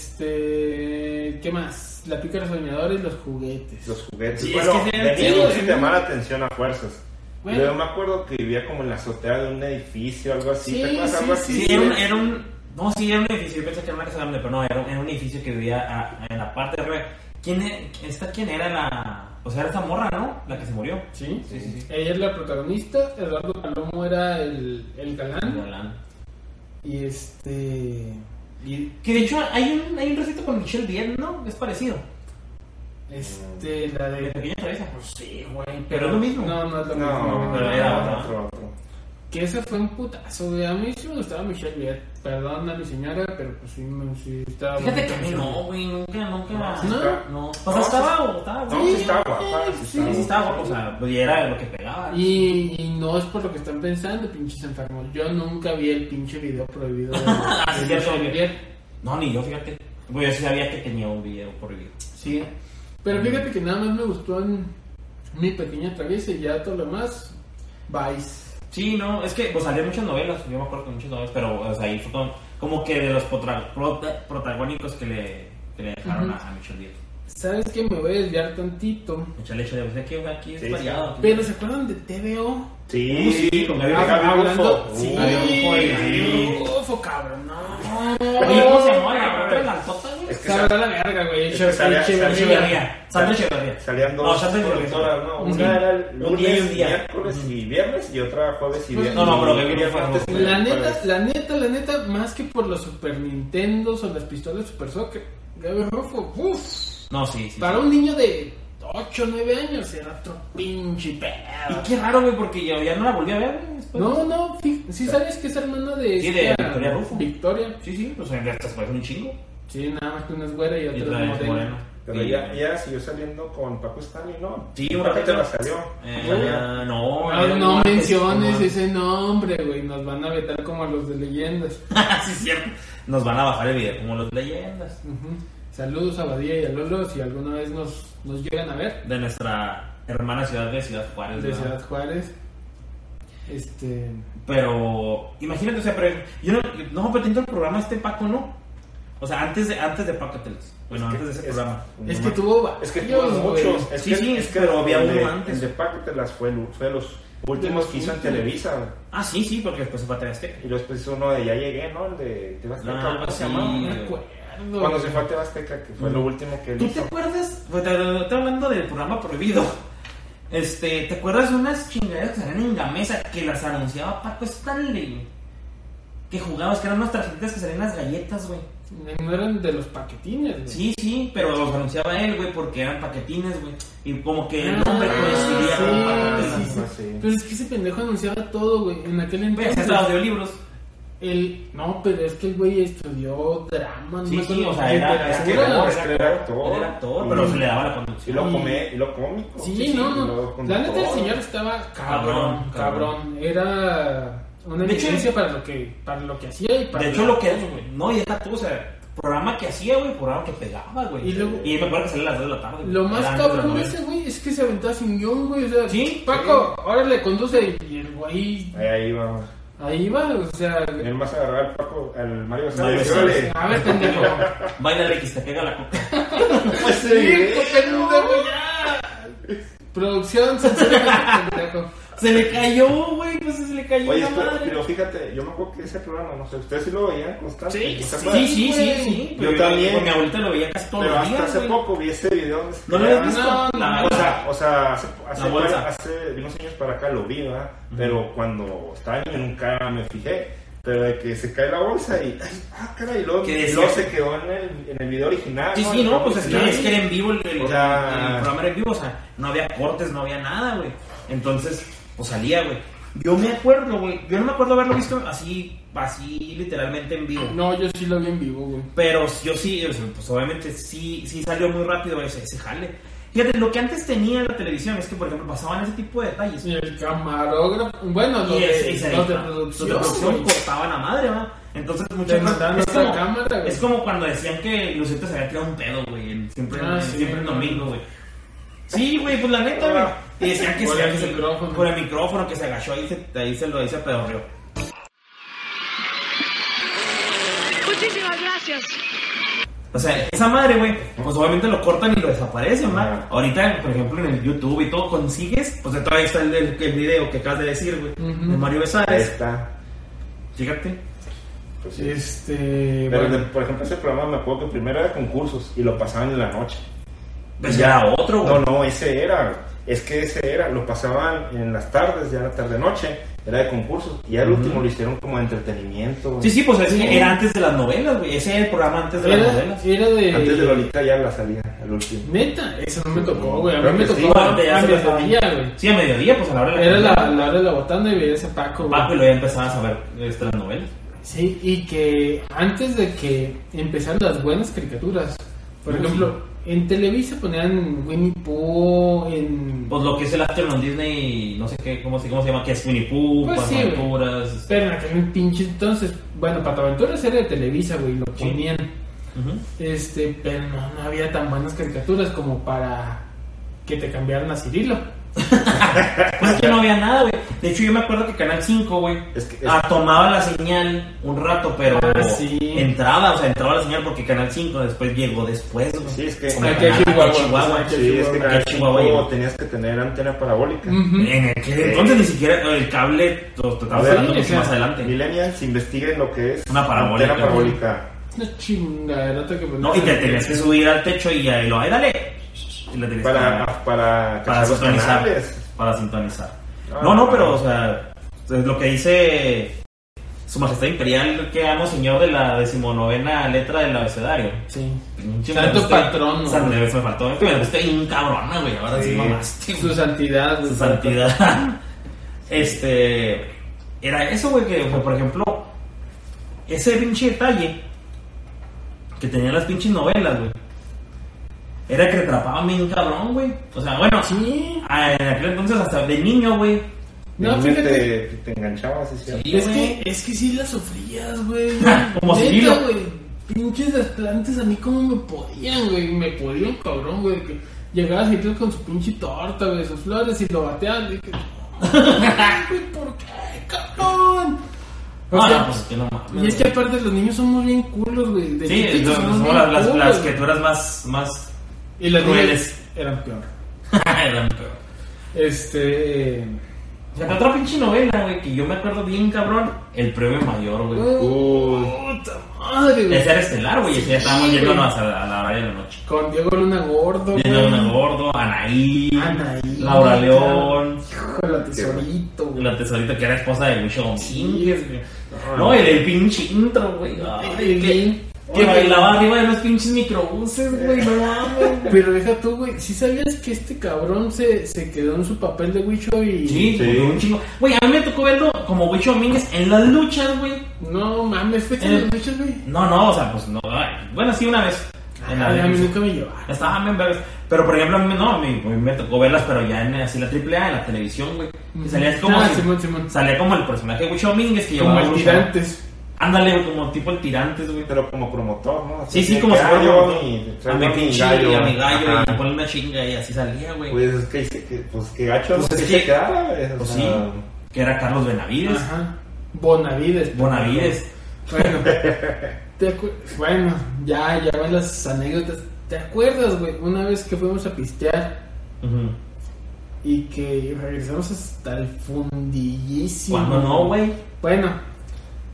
Este, ¿qué más? La pica de los soñadores, los juguetes. Los juguetes. Sí, bueno, es que eran de niño chidos, sí ¿no? te llamaba la atención a fuerzas. Bueno. Yo me acuerdo que vivía como en la azotea de un edificio, algo así. Sí, ¿Te acuerdas? sí, algo así. Sí, era un, era un. No, sí, era un edificio. Yo pensé que era una casa grande, pero no, era un, era un edificio que vivía a- en la parte de arriba. ¿Quién, e- esta, ¿Quién era la.? O sea, era esta morra, ¿no? La que se murió. ¿Sí? Sí, sí, sí. Ella es la protagonista, Eduardo Palomo era el, el galán. Galán. Y este. Y- que de hecho hay un, hay un recito con Michelle Bien, ¿no? Es parecido. Este, la De de. pequeña cabeza. Pues sí, güey, pero, Pero es lo mismo. No, no es lo No, mismo. pero era no, otra. otro, otro. Que ese fue un putazo, güey. A mí sí me gustaba Michelle Viet. Perdón a mi señora, pero pues sí, me, sí estaba. Fíjate que a bonita mí Michelle no, Viet. güey, nunca, nunca. No. no. O sea, estaba o estaba No, sí estaba guapa. Sí, sí, estaba guapo, o sea, pues, y era lo que pegaba. Y, y no es por lo que están pensando, pinches enfermos. Yo nunca vi el pinche video prohibido de, de Ah, sí, cierto, Michelle güey. Viet. No, ni yo, fíjate. Güey, yo sí sabía que tenía un video prohibido. Sí. Pero Mm. fíjate que nada más me gustó en mi pequeña traviesa y ya todo lo demás. Vice. Sí, no, es que, pues salían muchas novelas, yo me acuerdo que muchas novelas, pero, o sea, ahí fue como, como que de los potra- prota- protagónicos que le, que le dejaron Ujú. a, a Michelle Díaz. ¿Sabes que Me voy a desviar tantito. Michelle Díaz, o sea, que aquí es Sí, sí. variado. aquí- Pero ¿se acuerdan de TVO? Sí, Sí, con Gabriel Gabriel Hablando. Rufo. Sí. Uh, Gabriel Rufo, el Sí. Gabriel Ufo, cabrón, no. Oye, ¿cómo se llamaba la otra la altota, güey? Es que Sabrá la verga, güey. Es que sabía- Echeverría. sabía- Echeverría. Sandra Echeverría. Shattered. Salían No, dos Shattered y productoras, ¿no? Ujú. Una era el Un día y lunes, un día. miércoles y viernes y otra jueves y Pues, viernes. no, no, pero que Y viernes fue martes y jueves. La miércoles. neta, la neta, la neta, más que por los Super Nintendos o las pistolas Super Soccer, Gabriel Rufo, uff, No, sí, sí. para un niño de 8 o 9 años era otro pinche Y pedo. qué raro, güey, porque yo ya no la volví a ver, güey. después. No, no, si sabes que es hermano de, Sí, de esta- Victoria Rufo. Victoria. Sí, sí, pues en estas fue un chingo. Sí, nada más que una es güera y Y otra otra es vez, morena. bueno. Pero Y- ella, ella siguió saliendo con Paco Stanley, ¿no? Sí, un un te ratito. la salió. Eh, Salía. no, No, era no igual, pues, menciones como- ese nombre, güey. Nos van a vetar como a los de leyendas. sí, es cierto. Nos van a bajar el video como los leyendas. Ujú. Saludos a Badía y a Lolo si alguna vez nos, nos llegan a ver. De nuestra hermana ciudad de Ciudad Juárez. De ¿verdad? Ciudad Juárez. Este. Pero imagínate, o sea, pero yo no, no pero dentro del programa este Paco no. O sea, antes de, antes de Paco Tels. Bueno, Es que- Ah, antes de ese es- programa. Es no que ma- tuvo Es que varios, tuvo güey. muchos. Es Sí, que, sí, es que pero había el uno de- antes. El de Paco te las fue, el- fue de los últimos los que hizo en últimos. Televisa. Ah, sí, sí, porque después se fue a TV Azteca. Y después hizo uno de Ya Llegué, ¿no? El de Te Azteca. Ah, ¿cómo sí. se Mm. llamaba? No me acuerdo. Cuando se fue a Te Azteca, que fue lo último que él ¿Tú te hizo. acuerdas? Pues, te- te- Estoy hablando del programa prohibido. Este, ¿te acuerdas de unas chingaderas que salían en Gamesa que las anunciaba Paco Stanley, güey? Que jugabas, que eran unas tarjetitas que salían en las galletas, güey. No eran de los paquetines, güey. Sí, sí, pero los anunciaba él, güey, porque eran paquetines, güey. Y como que el Ah, nombre coincidía con Ah, Paco sí, Tels. sí. sí. Pero es que ese pendejo anunciaba todo, güey. En aquel Ves, entonces. hasta audiolibros. El, no, drama, no, pero es que el güey estudió drama, no Sí, me acuerdo, sí, o sea, era, literatura. es que era- era, era actor. Era actor, Sí. pero se le daba la Y conducción. lo comé, y lo cómico. Sí, no, Pues y lo no. La conductor. neta el señor estaba cabrón, Cabrón, cabrón. Era una De hecho, evidencia para lo que para lo que hacía y para De hecho, lo que todo, güey. No, y deja tú, o sea, programa que hacía, güey, programa que pegaba, güey. Y luego- y me acuerdo que salía a las 2 de la tarde. güey. Lo más Era antes de cabrón de las ese nueve. güey es que se aventaba sin guión, güey. O sea, Sí, Paco, ahora le conduce y el güey Ahí, ahí va. ahí va, o sea. Y él más agarraba al Paco, al Mario Mario Sáenz. González. órale. A ver, pendejo. Báilale que se te pega la coca. Ah, Pues Sí, pendejo, ya. Producción, sinceramente, pendejo. Se le cayó, güey, pues se le cayó Oye, la espera, madre. pero fíjate, yo me acuerdo que ese programa, no sé, ustedes sí lo veían constante. Sí, ¿se Sí, acuerdan? sí, sí, güey. sí. Yo pero también. con mi abuelita lo veía casi todos Pero los hasta días, hace güey. poco vi ese video. donde se ¿No lo habías quedaban- visto? No, no, La no. O bolsa. sea, o sea, hace, hace, La bolsa. hace unos años para acá lo vi, ¿verdad? Pero cuando estaba niño nunca me fijé. Pero de que se cae la bolsa y. ¡Ay, ah, caray! Y luego, ¿Qué decía? luego se quedó en el, en el video original. Sí, sí, El no, pues es que, original. es que era en vivo el, el- O sea- el programa era en vivo, o sea, no había cortes, no había nada, güey. Entonces, pues salía, güey. Yo me acuerdo, güey, yo no me acuerdo haberlo visto así, así literalmente en vivo. No, yo sí lo vi en vivo, güey. Pero yo sí, o sea, pues obviamente sí, sí salió muy rápido ese, ese jale. Fíjate, lo que antes tenía la televisión es que, por ejemplo, pasaban ese tipo de detalles. Y el camarógrafo. Bueno, los Y de, ese- y se los de dedicaban- producción. los de producción güey. cortaban a madre, ¿verdad? Entonces, muchas Te mandaban es otra como, cámara, güey. es como cuando decían que Luceta se había tirado un pedo, güey, en- siempre, Ah, en- sí. siempre en domingo, güey. Sí, güey, pues la neta, güey. Y decían que Por se el que se- micrófono. Por el micrófono, que se agachó ahí, se, ahí se lo ahí se pedorrió. Muchísimas gracias. O sea, esa madre, güey, pues obviamente lo cortan y lo desaparecen, ¿verdad? Ajá. Ahorita, por ejemplo, en el YouTube y todo, consigues, pues todavía está el, el, el video que acabas de decir, güey, Ujú. de Mario Ahí Besares. está. Fíjate. Pues sí. Este. Pero, bueno. de- por ejemplo, ese programa me acuerdo que primero era concursos y lo pasaban en la noche. Pues ya era otro, güey. No, no, ese era. Es que ese era. Lo pasaban en las tardes, ya la tarde-noche. Era de concursos. Y ya el último lo hicieron como de entretenimiento. Sí, sí, pues es que Sí. era antes de las novelas, güey. Ese era el programa antes de las Era, novelas. era de. Antes Eh, de Lolita ya la salía, el último. Neta, eso no me tocó, güey. A mí Creo me que sí, tocó a antes ya a se pasaba. mediodía, güey. Sí, a mediodía, pues a la hora de Era la, la hora de la botana y veías a Paco, güey. Paco y luego ya empezabas a ver este, las novelas. Sí, y que antes de que empezaran las buenas caricaturas, por Uy. ejemplo, en Televisa ponían Winnie Pooh, en. Pues lo que es el Afternoon Disney, no sé qué, cómo se, cómo se llama, que es Winnie Pooh, Pues sí, Aventuras. Pero en aquel pinche entonces, bueno, Pataventuras era de Televisa, güey, lo ponían. Este, pero no, no había tan buenas caricaturas como para que te cambiaran a Cirilo. Pues es que no había nada, güey. De hecho, yo me acuerdo que Canal 5, güey, Es que- es- ah, tomaba la señal un rato, pero Ah, sí. entraba, o sea, entraba la señal porque Canal 5 después llegó después, güey. Sí, es que- Como Aquí hay Canal Chihuahua, Chihuahua. pues, aquí hay Sí, es que Chihuahua. cada Qué chihuahua, chico güey. tenías que tener antena parabólica. Ujú. En aquel entonces ni siquiera el cable lo A trataba ver, hablando sí, mucho o sea, más adelante. Millennials, investiguen lo que es Una parabólica. antena parabólica. Una chingaderota que ponían. No, y te tenías que subir al techo y ahí lo, ahí dale. y la tenías Para, que- para, Este, para cachar los sintonizar. canales. Para sintonizar. Ah, no, no, pero, ah. o sea, es lo que dice Su Majestad Imperial, que amo señor de la decimonovena letra del abecedario. Sí. Pinche, me Santo gusta- patrono. San- me faltó. Es que me gusta bien cabrona, güey. Ahora sí, Sí. mamaste. güey. Su santidad. Su güey. santidad. Este. Era eso, güey, que, o sea, por ejemplo, ese pinche detalle que tenían las pinches novelas, güey. Era que atrapaban bien cabrón, güey. O sea, bueno, Sí. ah, en aquel entonces hasta de niño, güey. No, No, fíjate. te, este, te enganchabas, ¿sí? cierto? Sí, Es güey. que, es que sí las sufrías, güey. Como Neta, Cirilo. güey. Pinches desplantes a mí como me podían, güey. Me podían, cabrón, güey. Que llegabas y tú con su pinche torta, güey, sus flores y lo bateabas. Y que, "Ay, güey, ¿por qué, cabrón? O Ah, sea, no, pues que no mames. y es que güey. aparte los niños somos bien culos, güey. De Sí, chiquitos no, somos son bien las, las, culos, las que güey. tú eras más. más Y las niñas crueles. eran peor. eran peor. Este... O sea, que otra pinche novela, güey, que yo me acuerdo bien cabrón. El premio mayor, güey. Uh. Uy. oh, Puta madre, güey. Ese era estelar, güey. Ese ya estábamos Sí, yéndonos a, la- a la hora de la noche. Con Diego Luna Gordo, Yendo a Ana Gordo, Anaí, Anaí, Laura claro. León, Hijo, la tesorito, güey. la tesorita que era esposa de Luis Domínguez, güey. Ah, No, No, el, el pinche intro, güey. Ay, El Que, bien. que Oye. bailaba arriba de unos pinches microbuses, güey. No mames. Pero deja tú, güey. Si sabías que este cabrón se, se quedó en su papel de Wicho y. Sí, Sí. un chingo. Güey, a mí me tocó verlo como Wicho Domínguez en las luchas, güey. No mames, fue con Eh. los Wichos, güey. No, no, o sea, pues no. ay, Bueno, sí, una vez. En la Ay, a mí lucha. nunca me llevaron. Estaban bien vergas. Pero por ejemplo, a mí no, a mí, a mí me tocó verlas, pero ya en así la AAA, en la televisión, güey. Y salías como. Ah, si- Simón, Simón. salía como el personaje de Wicho Domínguez que Como llevaba el lucha. tirantes. Ándale, como tipo el tirantes, güey. Pero como promotor, ¿no? Sí, Así sí, que como si fuera gallo, como- mi- A mi mi pinche, gallo. y a mi gallo, Ajá. y le ponen una chinga y así salía, güey. Pues, Pues es que, dice que- pues que gacho Pues que es se que- pues quedara. güey, o sí, sea, que era Carlos Benavides. Ajá. Bonavides. Bonavides. Bueno, te acu- bueno, ya, ya van las anécdotas. ¿Te acuerdas, güey? Una vez que fuimos a pistear Ujú. y que regresamos hasta el fundillísimo. Cuando no, güey. Bueno,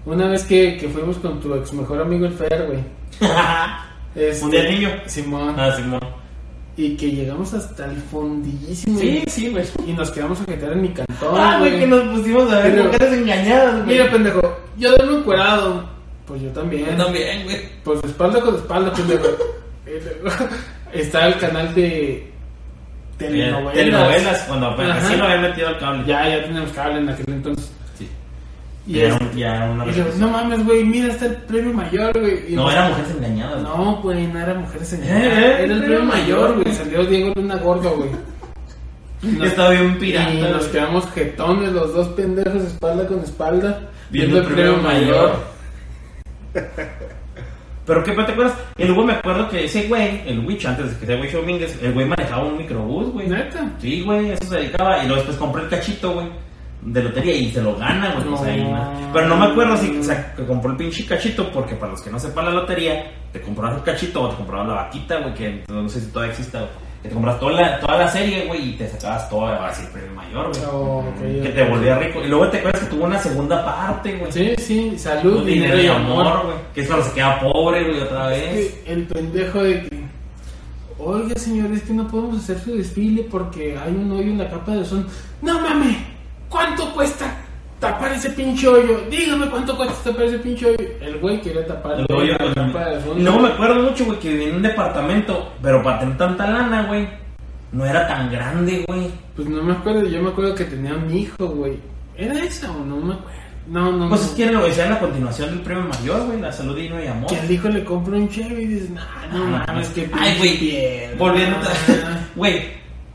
una vez que, que fuimos con tu ex mejor amigo el Fer, güey. Ah, Este, Un día niño. Simón. Ah, sí, no. Y que llegamos hasta el fundillísimo. Sí, sí, güey. Y nos quedamos a jetear en mi cantón. Ah, güey, que nos pusimos a ver Pero- mujeres engañadas, güey. Mira, pues, pendejo, yo duermo encuerado. Pues yo también. Yo también, güey. Pues de espalda con espalda, pendejo. Y luego Está el canal de Eh, telenovelas. Telenovelas, cuando apenas Ajá. recién lo habían metido al cable. Ya, ya teníamos cable en aquel entonces. Sí. Y, Ya era este- un- ya era una y yo, no mames, güey, mira, está el premio mayor, güey. Y No, nos- eran mujeres engañadas. güey. No, güey, no era mujer señora. Eh, eh, era el era premio mayor, mayor, güey. Salió Diego Luna gordo, güey. Y nos- Estaba bien y pirata. güey. nos quedamos jetones, los dos pendejos, espalda con espalda. Viendo el premio mayor. Pero qué, ¿te acuerdas? Y luego me acuerdo que ese güey, el Witch, antes de que sea Witch Domínguez, el güey manejaba un microbús, güey. ¿Neta? Sí, güey, eso se dedicaba. Y luego después compró el cachito, güey, de lotería y se lo gana, güey. pues, No. ahí, ¿no? Pero no me acuerdo si o sea, que compró el pinche cachito, porque para los que no sepan la lotería, te comprabas el cachito o te comprabas la vaquita, güey, que no sé si todavía exista, güey. Que te compras toda la, toda la serie, güey, y te sacabas toda, así el premio mayor, güey. Oh, ok, Que ok. te volvía rico. Y luego te acuerdas que tuvo una segunda parte, güey. Sí, sí, salud, Con dinero y amor. güey. Que es cuando se queda pobre, güey, otra vez. Que El pendejo de que. Oiga, señor, es que no podemos hacer su desfile porque hay un hoyo en la capa de son. ¡No mames! ¿Cuánto cuesta tapar ese pinche hoyo? Dígame cuánto cuesta tapar ese pinche hoyo. El güey quería tapar El hoyo, la pues, capa de son. y luego me acuerdo mucho, güey, que vivía en un departamento, pero para tener tanta lana, güey, no era tan grande, güey. Pues no me acuerdo, yo me acuerdo que tenía un hijo, güey. ¿Era esa o no me acuerdo? No, no, Pues no. es que era lo que decía en la continuación del premio mayor, güey, la salud, dinero y amor. Que al hijo le compro un Chevy y dices, nah, no mames, que Ah, Ay, güey, pinche volviendo piedra". a- Güey,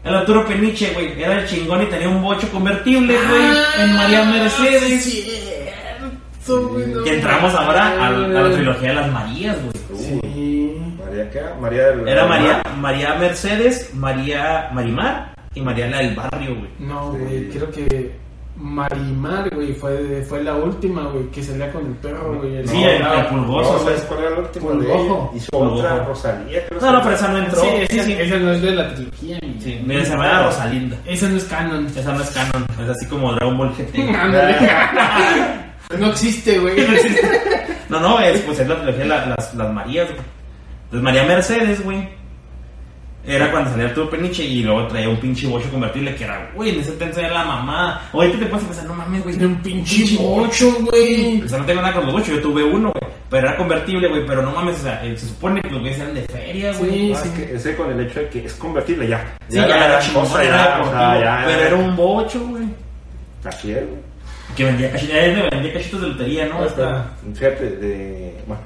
el Arturo Peniche, güey, era el chingón y tenía un bocho convertible, güey, Ah, en María Mercedes. Cierto, güey, no Que entramos ahora a, a la mames. trilogía de las Marías, güey. uy, Sí. María, ¿qué? María del. Era María, María Mercedes, María Marimar y María la del barrio, güey. No, Sí. güey, creo que Marimar, güey, fue, fue la última, güey, que salía con el perro, güey. el- Sí, no, el, la- el pulgoso, No, güey. ¿sabes cuál era el último de Pulgojo. ella? Hizo Pulgojo. otra, Rosalía, creo No, no, que- pero esa no entró. Sí, esa, Sí, sí. esa no es de la trilogía, güey. Sí, mira, se llamaba Rosalinda. Esa no es canon. Esa no es canon, es así como Dragon Ball GT. Ah, Ándale. no existe, güey. No, no, es, pues es la trilogía de la- las, las Marías, güey. Entonces María Mercedes, güey. Era cuando salía Arturo Peniche y luego traía un pinche bocho convertible que era, güey, en ese tenso era la mamá. Ahorita te puedes pensar, no mames, güey, Era un pinche bocho, güey. O sea, no tengo nada con los bochos, yo tuve uno, güey. Pero era convertible, güey, pero no mames, o sea, eh, se supone que los güeyes eran de feria, güey. Sí, Ah, es sí. que ese con el hecho de que es convertible ya. Sí, ya, era chingón, cosa, era ya, o deportivo, sea, ya, pero ya. era un bocho, güey. Así es, güey. Que vendía cachitos, él vendía cachitos de lotería, ¿no? Hasta... Fíjate, de. Bueno,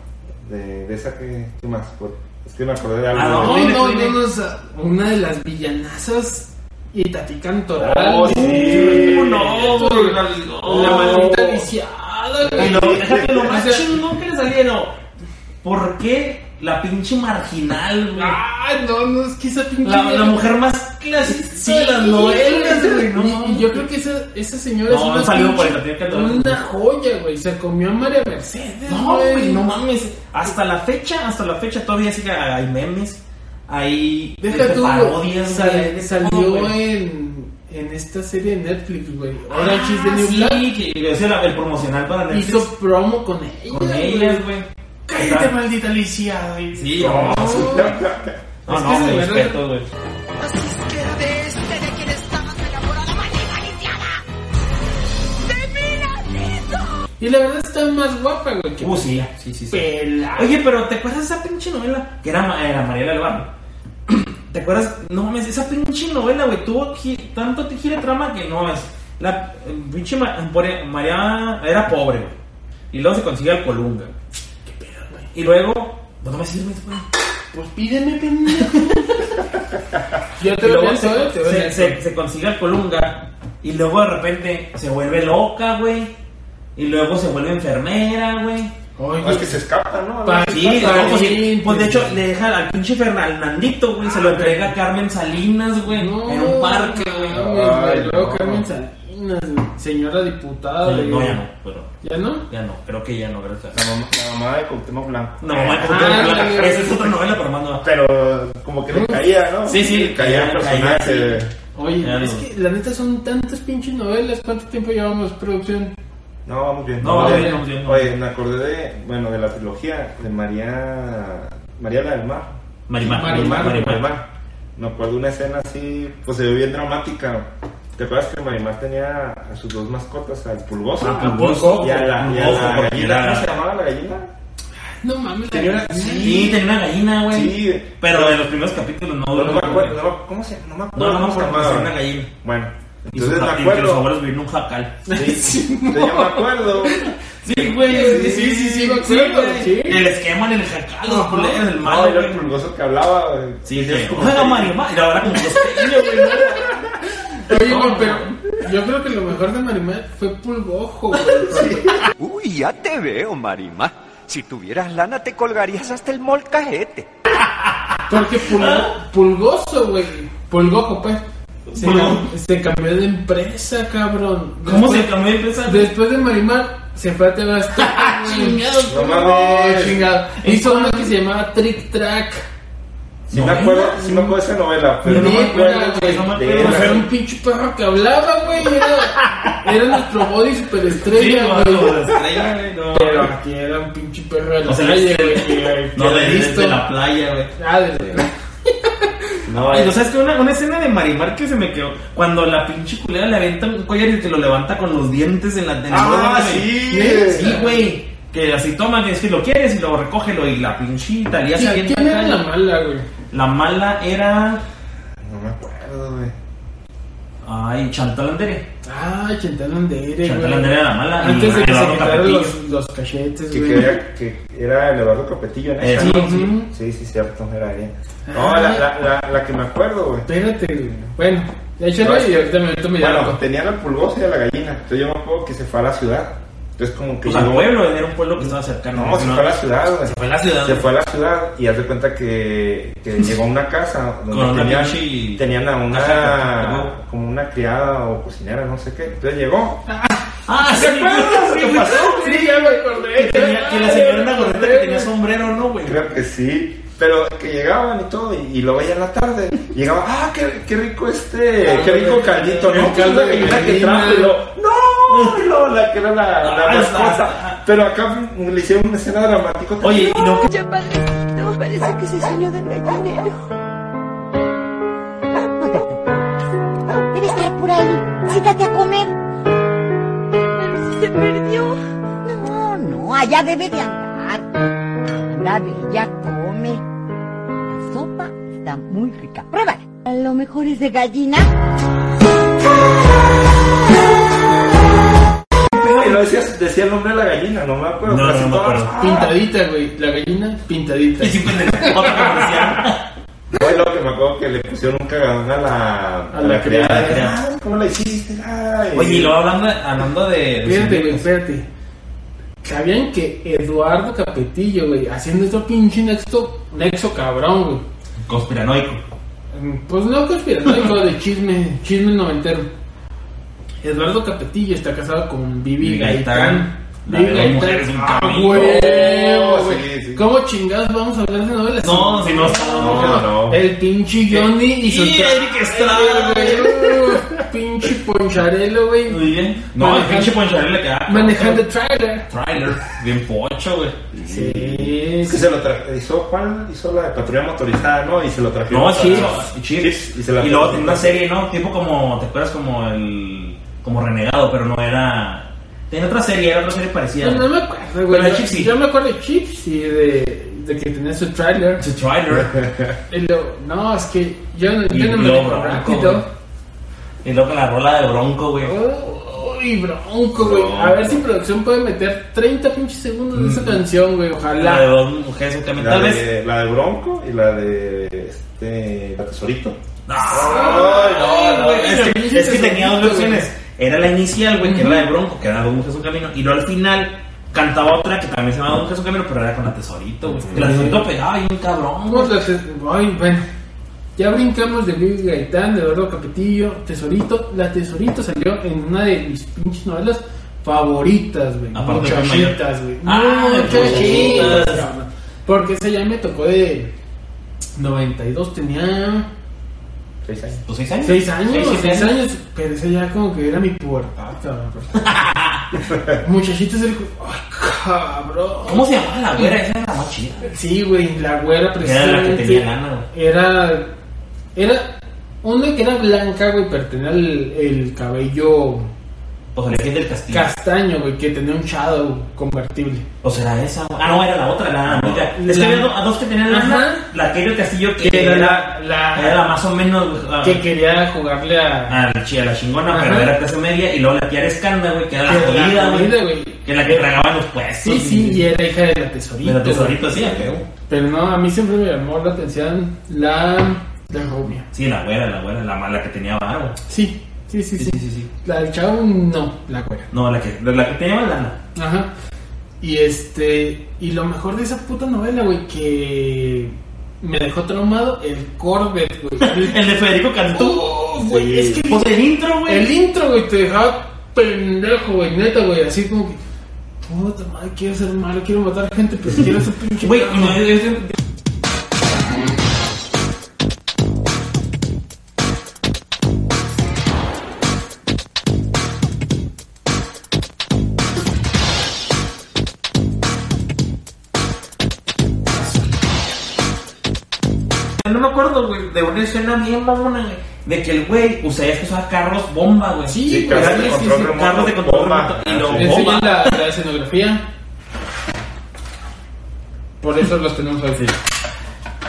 de, de esa que. ¿Qué más? Por- es que me acordé de algo. Ah, no. No, Dime, no, dime. no, no, o sea, una de las villanazas y Tati Cantoral. Oh, sí. güey. ¿Cómo no, güey? La, La maldita maldita viciada, Y güey. lo, déjate lo más O sea, chingón que le salía, no. ¿Por qué la pinche marginal, güey? Ay, no, no, es que esa pinche. La, la mujer más clasista de las novelas, güey. No, Y- y yo creo que esa, esa señora No, es una, un saludo pinche- para Tati Cantoral. una joya, güey. Se comió a María Mercedes. No, güey, no mames. Hasta la fecha, hasta la fecha todavía sigue. Hay memes, hay este, Deja tú, güey, parodias, sal- güey, hay de todo, salió güey. en, en esta serie de Netflix, güey. Orange is the Ah, New sí, Black. que- que es el, el promocional para Netflix. Hizo promo con ella. con güey. ellas, güey. Cállate, maldita Alicia, güey. Sí, no, no, Es no, que me se respeto, güey. Así es que de este de quien estabas enamorada, maldita lisiada. ¡De mí la Y la verdad está más guapa, güey. Que Uh, sí, sí, sí. sí. pelada. Oye, pero ¿te acuerdas de esa pinche novela? Que era Ma- eh, la María del Barrio. ¿Te acuerdas? No mames, esa pinche novela, güey, tuvo gi- tanto te gira trama que no es. La eh, pinche Ma- Emporia- María era pobre, güey. Y luego se consigue al Colunga. Y luego, no, no me sirves, güey. Pues pídeme, pendejo. Yo te Y lo luego voy se, a te voy se, a se- se consigue al Colunga. Y luego de repente se vuelve loca, güey. Y luego se vuelve enfermera, güey. No, es que se escapa, ¿no? Pa- Sí, Papá, no, pues, sí, pues, de sí. hecho le deja al pinche Fernandito, güey, se lo entrega a Carmen Salinas, güey, en un parque, güey. No, mames, Ay, güey, luego no. Carmen Salinas, güey. señora diputada. güey. Sí, no, ya no, pero ¿Ya no? ya no, creo que ya no, gracias. La mamá, la mamá de Cuauhtémoc Blanco. No, mamá, Ah, la- güey. esa es otra novela, pero más no. Pero como que le caía, ¿no? Sí, sí, Le caía le el caía, personaje. Oye, Ya es no. que la neta son tantas pinches novelas. ¿Cuánto tiempo llevamos producción? No, vamos bien. No, vamos Oye, bien, vamos bien, vamos Oye, me acordé de, bueno, de la trilogía de María, María la del Mar. Marimar, Marimar, Marimar, Marimar. Marimar. Me acuerdo una escena así, pues se ve bien dramática. ¿Te acuerdas que Marimar tenía a sus dos mascotas, al pulgoso Ah, Pulgoso. y a la, y a Pulgoso, la porque gallina? era- ¿Cómo se llamaba la gallina? No mames. Tenía la- una- Sí, tenía una gallina, güey. Sí. Pero de los primeros capítulos no No, duró. no me güey. acuerdo, no me- ¿cómo se No me No, no, acuerdo. no, cómo se porque llamaba. era una gallina. Bueno, Y su entonces me jacal- que los acuerdo. abuelos vivían en un jacal. Sí, Sí, entonces yo me acuerdo. Sí, güey. Sí, sí, sí, sí, me acuerdo, güey. sí. Y les queman el jacal, los Ajá. culeros, el No, mal, era el güey. pulgoso que hablaba. güey. Ah, Sí, Y que, es como- juega Mario Mario. Y ahora como los pequeños, güey. ¿no? Oye, güey, pero yo creo que lo mejor de Marimar fue Pulgojo, güey. Uy, ya te veo, Marimá. Si tuvieras lana te colgarías hasta el molcajete. Porque Pul- Pulgoso, güey. Pulgojo, pues. Se, Pulgojo. se cambió de empresa, cabrón. ¿Cómo Después- se cambió de empresa? Después de Marimar, se fue a TV Ah, Azteca. Chingados, No mames. chingado. Hizo una que se llamaba Trick Track. Sí me acuerdo, sí me acuerdo de esa novela, pero no me Neta, acuerdo. güey, no me de acuerdo. ella. Pues era un pinche perro que hablaba, güey. Era, era nuestro body Sí, superestrella, no, güey. no, estrella, güey. No, Pero aquí era un pinche perro de la O sea, calle, que- güey. no, que de, de- listo. de la playa, güey. Ah, desde- No, Ay, no sabes que una, una escena de Marimar que se me quedó cuando la pinche culera le avienta un collar y te lo levanta con los dientes en la en el Ah, orden, sí. güey. Sí, güey. Que así toma, que es que lo quieres y lo recógelo y la pinchita le Sí, hace avienta ¿Quién acá era y- la mala, güey? la mala era. No me acuerdo, güey. Ay, Chantal Andere. Ah, Chantal Andere, güey. Chantal Andere era la mala. y Antes de que se Eduardo quitaran Capetillo. los, los cachetes, Que, güey. que era, que era el Eduardo Capetillo, ¿no? Eh, sí, Ah. Ujú. sí. Sí, sí, cierto, era ella. No, la, la, la, la que me acuerdo, güey. Espérate, güey. Bueno, échale No, es que- y ahorita me meto mi Bueno, dato. tenía la pulgosa y a la gallina. Entonces yo me acuerdo que se fue a la ciudad. Entonces como que Pues al llegó- pueblo, era un pueblo que estaba cercano. No, se fue a la ciudad, güey. Se fue a la ciudad. Se fue a la ciudad y haz de cuenta que, que llegó a una casa Con una donde tenían, pinche- tenían a Ajá, ajá. una como una criada o cocinera, no sé qué. Entonces llegó. Ah, sí, güey, sí, güey. Sí, ya me acordé. Que tenía- que la señora era gordita que tenía sombrero, ¿no, güey? Creo que sí. Pero que llegaban y todo, y, y lo veía en la tarde. Llegaba, ah, qué, qué rico este, Ah, qué rico el- caldito, el ¿no? caldo la de gallina que gallina. trajo, y lo, no, y lo, la que era la, la Ah, mascota. está. Pero acá le hicieron una escena dramática. Oye, y no Ya parece, no parece que se salió del gallinero. Siéntate a comer. Se perdió. No, no, allá debe de andar. Anda, bella, come. La sopa está muy rica. Pruébala. A lo mejor es de gallina. Y no decía, decía el nombre de la gallina, no me acuerdo. No, casi no me todas. acuerdo. Pintadita, güey. La gallina pintadita. Y siempre le otra comercial. Fue lo que me acuerdo que le pusieron un cagadón a la, A la criada. Ah, ¿Cómo la hiciste? Ay. Oye, y luego hablando, hablando de. de Fíjate, güey, sonidos. espérate. Sabían que Eduardo Capetillo, güey, haciendo esto pinche nexo, nexo cabrón, güey. Conspiranoico. Pues no conspiranoico de chisme, chisme noventero. Eduardo Capetillo está casado con Vivi Vivi Gaitán. Gaitán. La de dos mujeres, un Ah, camino. huevo, Sí, güey. sí. ¿Cómo chingados vamos a hablar de novelas? No, si no No, no, no. El pinche Johnny y su Y Eric Estrada, güey. Uh, Pinche Poncharelo, güey. Muy bien. No, el Manejando- pinche Ponchar le queda. Manejando trailer. Trailer. Bien pocho, güey. Sí. Es que se lo traje. Hizo, ¿Cuál hizo la de patrulla motorizada, no? Y se lo trajeron. No, para- Chips. Y Chips, Chips. y se la Y luego puso. tiene una serie, ¿no? Tipo como, ¿te acuerdas? Como el. Como renegado, pero no era. Tenía otra serie, era otra serie parecida. No, no me acuerdo, güey. Pero de Yo- Chips sí. Yo me acuerdo de Chips y de, de que tenía su trailer. Su trailer. Y lo- no, es que yo no, Y yo no me luego acuerdo Bronco, rápido. güey. Y luego con la rola de Bronco, güey. Oh, Uy, bronco, güey. A ver si producción puede meter 30 pinches segundos de Mm. esa canción, güey. La de Ojalá. dos mujeres, un camión. La Tal vez. de, la de Bronco y la de este, la Tesorito. ¡Ah! Ay, no, no, güey, es pinche que, es que tesorito, tenía dos güey. versiones. Era la inicial, güey, que era la de Bronco, que era Don Jesús Camino. Y luego al final cantaba otra que también se llamaba Don Jesús Camino, pero era con la Tesorito, güey. Que la Tesorito pegaba y un cabrón, güey. Vamos a hacer- Ay, bueno. Ya brincamos de Luis Gaitán, de Eduardo Capetillo, Tesorito. La Tesorito salió en una de mis pinches novelas favoritas, güey. Aparte de Muchachitas, güey. Ah, Muchachitas. muchachitas. cabrón. Porque esa ya me tocó de 92, tenía Seis años. ¿Tú seis años? 6 Pues, años, Seis, 6 siete años. pero esa ya como que era mi pubertad, cabrón. Muchachitas del... Ay, cabrón. ¿Cómo se llamaba la güera? Esa era la más chida. Sí, güey, la güera Era precisamente. la que tenía lana, güey. Era. Era. Una que era blanca, güey, pero tenía el, el cabello O sea, la que es del castillo. castaño, güey, que tenía un shadow convertible. O sea, era esa. Ah, no, era la otra, la amiga. Es que La- había do- a dos que tenían Ajá. lana. La que era el castillo, que Que era era la. la- la- Era la más o menos. güey, ah, Que quería jugarle a. a la chi- a la chingona, Ajá. pero era clase media, y luego la tía Escanda, güey, que era la Que era la jodida, jodida, güey. güey. Que la que tragaba los puestos. Sí, sí, y era hija de la tesorita. Pero tesorito güey. sí, a huevo. Pero no, a mí siempre me llamó la atención la. La rubia. Sí, la güera, la güera, la mala que tenía barba. Sí, sí, sí, Sí, sí. sí, sí, sí. La del chavo, no, la güera. No, la que, la que tenía lana. Ajá. Y este. Y lo mejor de esa puta novela, güey, que me dejó traumado, el Corvette, güey. El de Federico Cantú. Oh, güey, es que Pues el intro, güey. el intro, güey, te dejaba pendejo, güey, neta, güey, así como que. Puta madre, quiero ser malo, quiero matar gente, pero quiero ser pinche. Güey, malo". no, es- es- No me acuerdo, güey, de una escena bien mamona, güey. De que el güey, o sea, ya es que usaba carros bomba, güey. Sí, Sí, güey, carros sí, de sí, control sí, remoto. carros de control bomba. remoto y lo- Ah, Le sí. enseñan bomba. la, la escenografía. Por eso los tenemos así.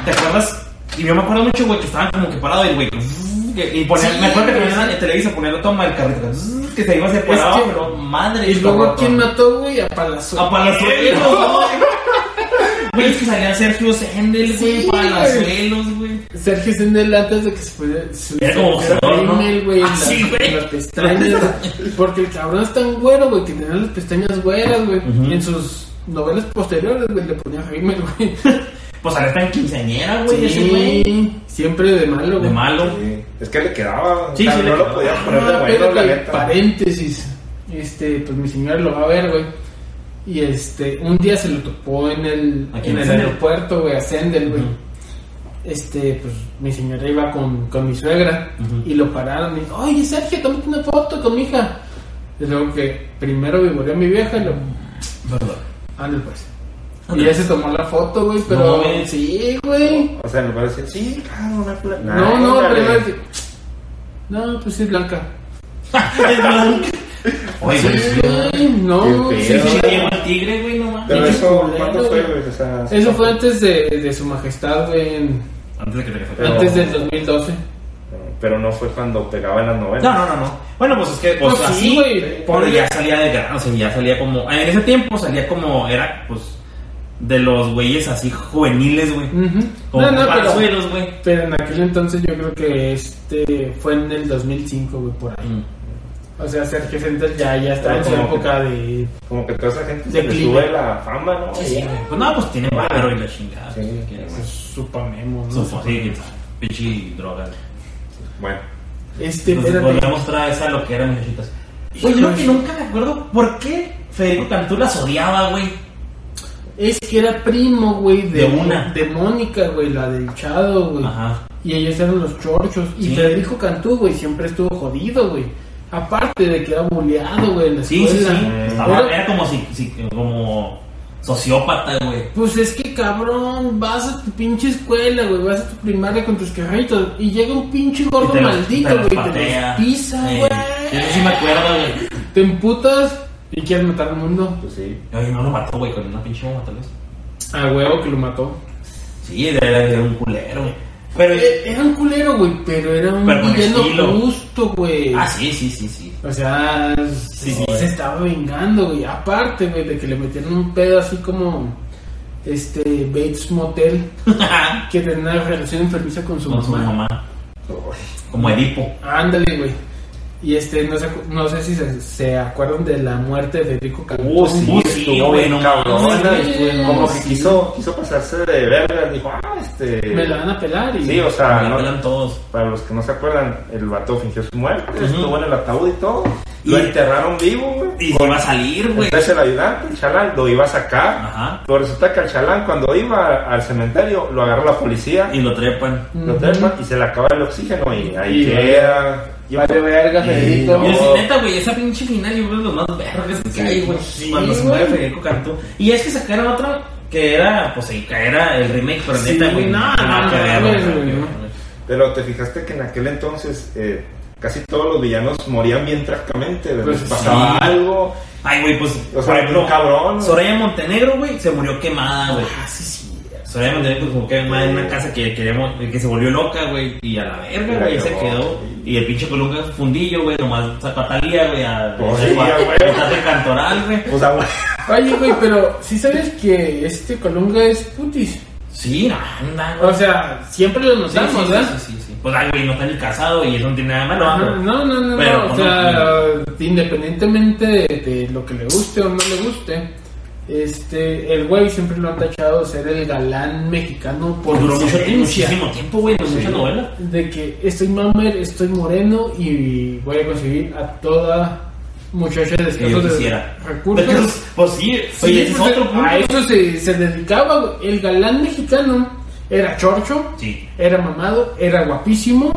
¿Te acuerdas? Y yo me acuerdo mucho, güey, que estaban como que parados y, güey, que- y ponían, Sí, me acuerdo que güey. ponían en Televisa, ponían la toma del carrito, que- que se iba separado, Es que- pero madre. Y luego, cabrón. ¿quién mató, güey? A Palazzo. A Palazuelos, güey. güey. es que salía Sergio Sendel, güey, Sí, Palazuelos, güey. Sergio Sendel antes de que se fuera su Era como boxeador, ¿no? rímel, güey, en Ah, las- sí, güey. en las pestañas. güey. porque el cabrón es tan güero, güey, que tenía las pestañas güeras, güey. En sus novelas posteriores, güey, le ponía rímel, güey. Pues ahora está en quinceañera, güey, ese güey. Sí, siempre de malo, De güey. malo. Sí. Es que le quedaba. Sí, o sea, sí, le no lo quedaba. podías poner de Ah, bueno, la espérate, neta. paréntesis. Este, pues mi señora lo va a ver, güey. Y este, un día se lo topó en el, ¿A quién? en el ¿Sendel? aeropuerto, güey, a Sendel, güey. Ujú. Este, pues mi señora iba con, con mi suegra y lo pararon y dijo, oye Sergio, tómate una foto con mi hija. Y luego que primero vivoreó a mi vieja y lo. Perdón. Ándale pues. Y ya se tomó la foto, güey, No, pero. güey. sí, güey. O sea, en lugar de decir, sí, claro, una plata. No, no, primero. No, pues sí, es blanca. Es blanca. Oye, güey, sí, Ay, no, Qué sí, pedo. sí. sí, llegó el tigre, güey, no Pero mames. Pinches eso, culeros, ¿cuánto fue, güey. güey? O sea, Eso fue antes de, de su majestad, güey, en- Antes de que te Pero- antes del 2012. Pero no fue cuando pegaban las novelas. No, no, no, no. Bueno, pues es que, pues, Pues sí, así, güey. pero ya salía de gran, o sea, ya salía como, en ese tiempo salía como, era, pues, de los güeyes así juveniles, güey. Ujú. Como No, no, pero, pazuelos, güey. pero en aquel entonces yo creo que este fue en el 2005, güey, por ahí. Mm. O sea, Sergio Centel ya, ya estaba Pero en su como que- época de... Como que toda esa gente se De le clima. sube la fama, ¿no? Sí, güey. Pues no, pues tiene barro y la chingada. Sí, pues, que- pues, suponemos, ¿no? Eso fue así, que, pinche droga. Bueno, Este, Entonces espérate. volvemos otra vez a lo que eran muchachitas. Oye, yo lo que nunca me acuerdo por qué Federico Cantú las odiaba, güey. Es que era primo, güey, de, De una. de Mónica, güey, la del Chado, güey. Ajá. Y ellos eran los chorchos. Y Sí. Federico Cantú, güey, siempre estuvo jodido, güey. Aparte de que era buleado, güey, en la Sí, escuela. sí, sí. Estaba- Era- era como, si, si- como sociópata, güey. Pues es que cabrón, vas a tu pinche escuela, güey, vas a tu primaria con tus quejaditos y llega un pinche Y gordo te los- maldito, te los güey, te patea. los pisa, Sí. güey. Yo sí me acuerdo, güey. Te emputas y quieres matar al mundo. pues sí. Ay, no lo mató, güey, con una pinche bomba, tal vez. A huevo que lo mató. Sí, era, era un culero, güey. Pero. Eh, Era un culero, güey, pero era un Pero con villano estilo. justo, güey. Ah, sí, sí, sí, sí. O sea, Sí, sí. se estaba vengando, güey. Aparte, güey, de que le metieron un pedo así como este Bates Motel, que tenía una relación enfermiza con su Con su mamá. mamá. Como Edipo. Ándale, güey. Y este, no sé, no sé si se, se acuerdan de la muerte de Federico Cantú. Uh, sí, Uh, sí, estuvo güey, bien no cabrona. mames, güey, este, Como sí. que quiso, quiso pasarse de verga. Dijo, ah, este. Me la van a pelar y. Sí, o sea, Me no- la pelan todos. para los que no se acuerdan, el vato fingió su muerte, Ujú. estuvo en el ataúd y todo. Y- Lo enterraron vivo, güey. Y se iba a salir, güey. Entonces el ayudante, el chalán, lo iba a sacar. Ajá. Pero resulta que el chalán, cuando iba al cementerio, lo agarró la policía, Y lo trepan. lo trepan y se le acaba el oxígeno. Y ahí Y- queda. Y- Vale, verga, Y- Federico. Yo sí, no. neta, güey, esa pinche final yo creo que es lo más vergas que hay, güey. sí, cuando se güey. muere Federico Cantú. Y es que sacaron otra que era, pues sí, que era el remake, pero Sí, neta, güey. no, nada no, que ver, no, güey, no, güey. no. Pero te fijaste que en aquel entonces eh, casi todos los villanos morían bien trágicamente. Les Pues pasaba sí. algo. Ay, güey, pues, O sea, un cabrón. Soraya Montenegro, güey, se murió quemada, güey. Ah, sí, sí. Soraya Montenegro pues, como quemada en una casa que queríamos, que se volvió loca, güey, y a la verga, La güey, se llevó. quedó. Y el pinche Colunga fundillo, güey, nomás sacó a Talía, güey, a Pues a- sí, a- güey. a Tate Cantoral, güey. O sea, güey, Oye, güey, pero si sabes que este Colunga es putis. Sí, no, anda, güey. O sea, siempre lo Sí, notamos, sí, sí, ¿verdad? sí, sí, sí. Pues ay, güey, no está ni casado y eso no tiene nada de malo. Ajá, pero- Ah, No, no, no, pero, no. O pues, sea, independientemente de, de lo que le guste o no le guste, este, el güey siempre lo han tachado de ser el galán mexicano por pues, duró mucho, excelencia. muchísimo tiempo, güey, en muchas novelas. De que estoy mamer, estoy moreno y voy a conseguir a toda muchacha de Que yo escasos quisiera. recursos. Pues sí, Sí, oye, ese es pues, otro a punto. eso se, se dedicaba. güey. El galán mexicano era chorcho, Sí. era mamado, era guapísimo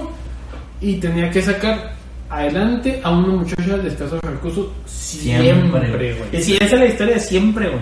y tenía que sacar adelante a una muchacha de escasos recursos siempre, güey. Sí, esa es la historia de siempre, güey.